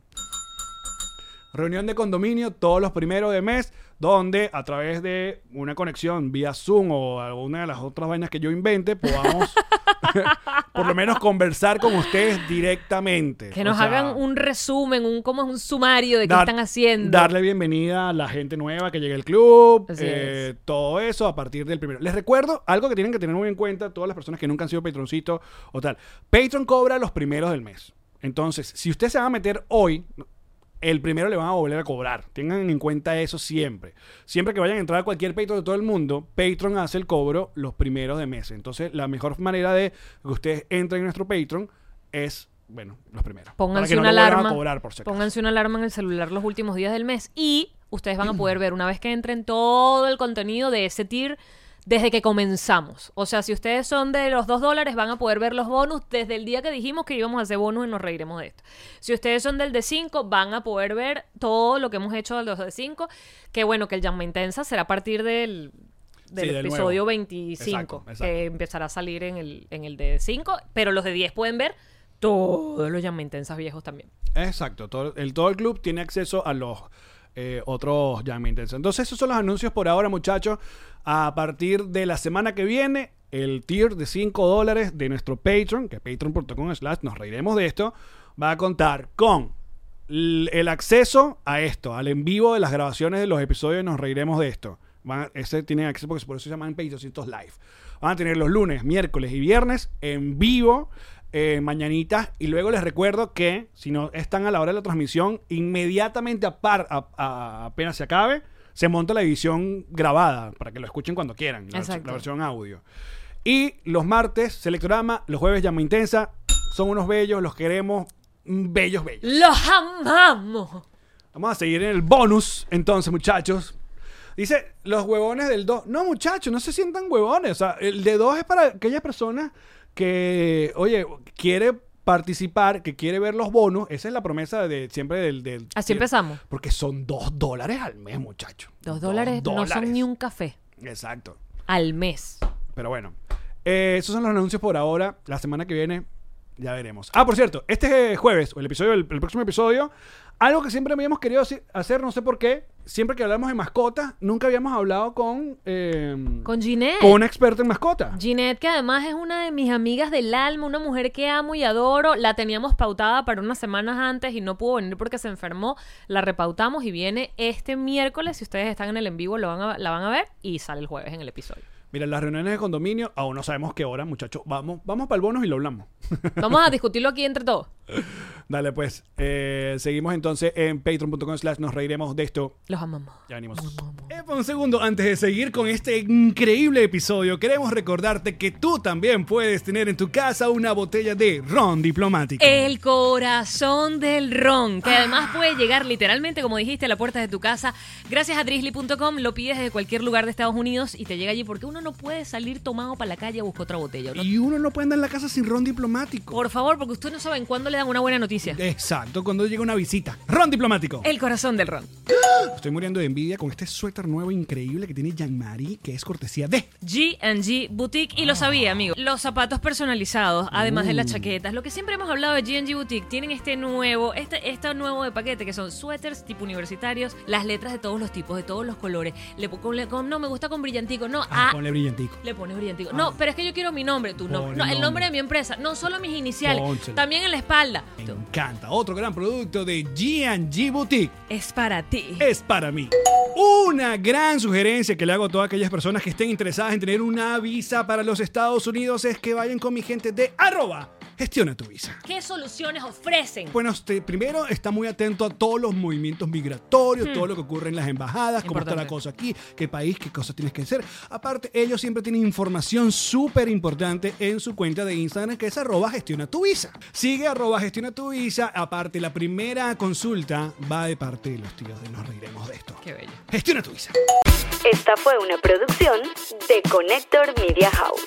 D: Reunión de condominio todos los primeros de mes, donde a través de una conexión vía Zoom o alguna de las otras vainas que yo invente,
B: <laughs>
D: podamos <laughs> por lo menos conversar con ustedes directamente.
B: Que
D: O
B: nos
D: sea,
B: hagan un resumen, un como es un sumario de qué
D: dar-
B: están haciendo.
D: Darle bienvenida a la gente nueva que llegue al club.
B: Así
D: eh, todo eso a partir del primero. Les recuerdo algo que tienen que tener muy en cuenta todas las personas que nunca han sido patroncitos o tal. Patreon cobra los primeros del mes. Entonces, si usted se va a meter hoy, el primero le van a volver a cobrar. Tengan en cuenta eso siempre. Siempre que vayan a entrar a cualquier Patreon de todo el mundo, Patreon hace el cobro los primeros de mes. Entonces, la mejor manera de que ustedes entren en nuestro Patreon es, bueno, los primeros. Para
B: Pónganse
D: que no
B: una
D: lo vuelvan
B: alarma.
D: a cobrar, por si acaso.
B: Pónganse una alarma en el celular los últimos días del mes y ustedes van a poder ver una vez que entren todo el contenido de ese tier desde que comenzamos. O sea, si ustedes son de los 2 dólares, van a poder ver los bonus desde el día que dijimos que íbamos a hacer bonus y nos reiremos de esto. Si ustedes son del de 5, van a poder ver todo lo que hemos hecho de los de 5. Que bueno, que el llama intensa será a partir del, del
D: Sí, del
B: episodio
D: nuevo.
B: 25,
D: Exacto, exacto.
B: que empezará a salir en el, en el de 5, pero los de 10 pueden ver todos los llama intensas viejos también.
D: Exacto. Todo el, todo el club tiene acceso a los eh, otros Jam Intensos. Entonces, esos son los anuncios por ahora, muchachos. A partir de la semana que viene, el tier de 5 dólares de nuestro Patreon, que es patreon.com slash, nos reiremos de esto, va a contar con l- el acceso a esto, al en vivo de las grabaciones de los episodios, de nos reiremos de esto. Van a- ese tienen acceso porque por eso se llaman Patreoncitos Live. Van a tener los lunes, miércoles y viernes en vivo, eh, mañanitas. Y luego les recuerdo que si no están a la hora de la transmisión, inmediatamente a par, a- a- apenas se acabe, se monta la edición grabada para que lo escuchen cuando quieran, la, vers-
B: Exacto.
D: la versión audio. Y los martes, Selectorama, los jueves, Llama Intensa. Son unos bellos, los queremos, mm, bellos, bellos.
B: ¡Los amamos!
D: Vamos a seguir en el bonus, entonces, muchachos. Dice, los huevones del 2. No, muchachos, no se sientan huevones. O sea, el de 2 es para aquellas personas que, oye, quiere participar, que quiere ver los bonos. Esa es la promesa de siempre del... del
B: Así empezamos.
D: Porque son 2 dólares al mes, muchachos.
B: Dos dólares no son ni un café
D: Exacto.
B: al mes.
D: Pero bueno, eh, esos son los anuncios por ahora. La semana que viene ya veremos. Ah, por cierto, este jueves, o el episodio, el, el próximo episodio, algo que siempre habíamos querido haci- hacer, no sé por qué, siempre que hablamos de mascotas, nunca habíamos hablado con, eh, con,
B: Con Ginette.
D: una experta en mascotas.
B: Ginette, que además es una de mis amigas del alma, una mujer que amo y adoro. La teníamos pautada para unas semanas antes y no pudo venir porque se enfermó. La repautamos y viene este miércoles. Si ustedes están en el en vivo, lo van a- la van a ver y sale el jueves en el episodio.
D: Mira, las reuniones de condominio, aún no sabemos qué hora, muchachos. Vamos, vamos para el bonus y lo hablamos. <laughs>
B: Vamos a discutirlo aquí entre todos.
D: Dale, pues. Eh, seguimos entonces en patreon.com slash nos reiremos de esto.
B: Los amamos.
D: Ya venimos. Epa, un segundo, antes de seguir con este increíble episodio, queremos recordarte que tú también puedes tener en tu casa una botella de ron diplomático.
B: El corazón del ron, que además puede llegar literalmente, como dijiste, a la puerta de tu casa. Gracias a drizzly.com lo pides desde cualquier lugar de Estados Unidos y te llega allí porque uno no puede salir tomado para la calle a buscar otra botella. ¿no?
D: Y uno no puede andar en la casa sin ron diplomático.
B: Por favor, porque ustedes no saben cuándo le dan una buena noticia.
D: Exacto, cuando llega una visita. Ron diplomático.
B: El corazón del ron.
D: Estoy muriendo de envidia con este suéter nuevo increíble que tiene Jean-Marie, que es cortesía de...
B: G&G Boutique y lo sabía, amigo. Los zapatos personalizados, además de las chaquetas, lo que siempre hemos hablado de G&G Boutique, tienen este nuevo, este, este nuevo de paquete que son suéteres tipo universitarios, las letras de todos los tipos, de todos los colores. Le, po- con- le- con- no me gusta con brillantico, no,
D: Ah,
B: ah,
D: ponle brillantico.
B: le pones brillantico. No, pero es que yo quiero mi nombre, tu nombre,
D: Pon
B: no,
D: el
B: el nombre
D: nombre.
B: de mi empresa, no solo mis iniciales,
D: Pónselo.
B: también en la espalda.
D: Me
B: Tú,
D: encanta. Otro gran producto de G&G Boutique.
B: Es para ti.
D: es para mí. Una gran sugerencia que le hago a todas aquellas personas que estén interesadas en tener una visa para los Estados Unidos es que vayan con mi gente de arroba. Gestiona tu visa.
B: ¿Qué soluciones ofrecen?
D: Bueno, usted primero está muy atento a todos los movimientos migratorios, todo lo que ocurre en las embajadas, cómo está la
B: Importante.
D: cosa aquí, qué país, qué cosas tienes que hacer. Aparte, ellos siempre tienen información súper importante en su cuenta de Instagram, que es arroba gestiona tu visa. Sigue arroba gestiona tu visa. Aparte, la primera consulta va de parte de los tíos de Nos Reiremos de esto.
B: Qué bello.
D: Gestiona tu visa.
A: Esta fue una producción de Connector Media House.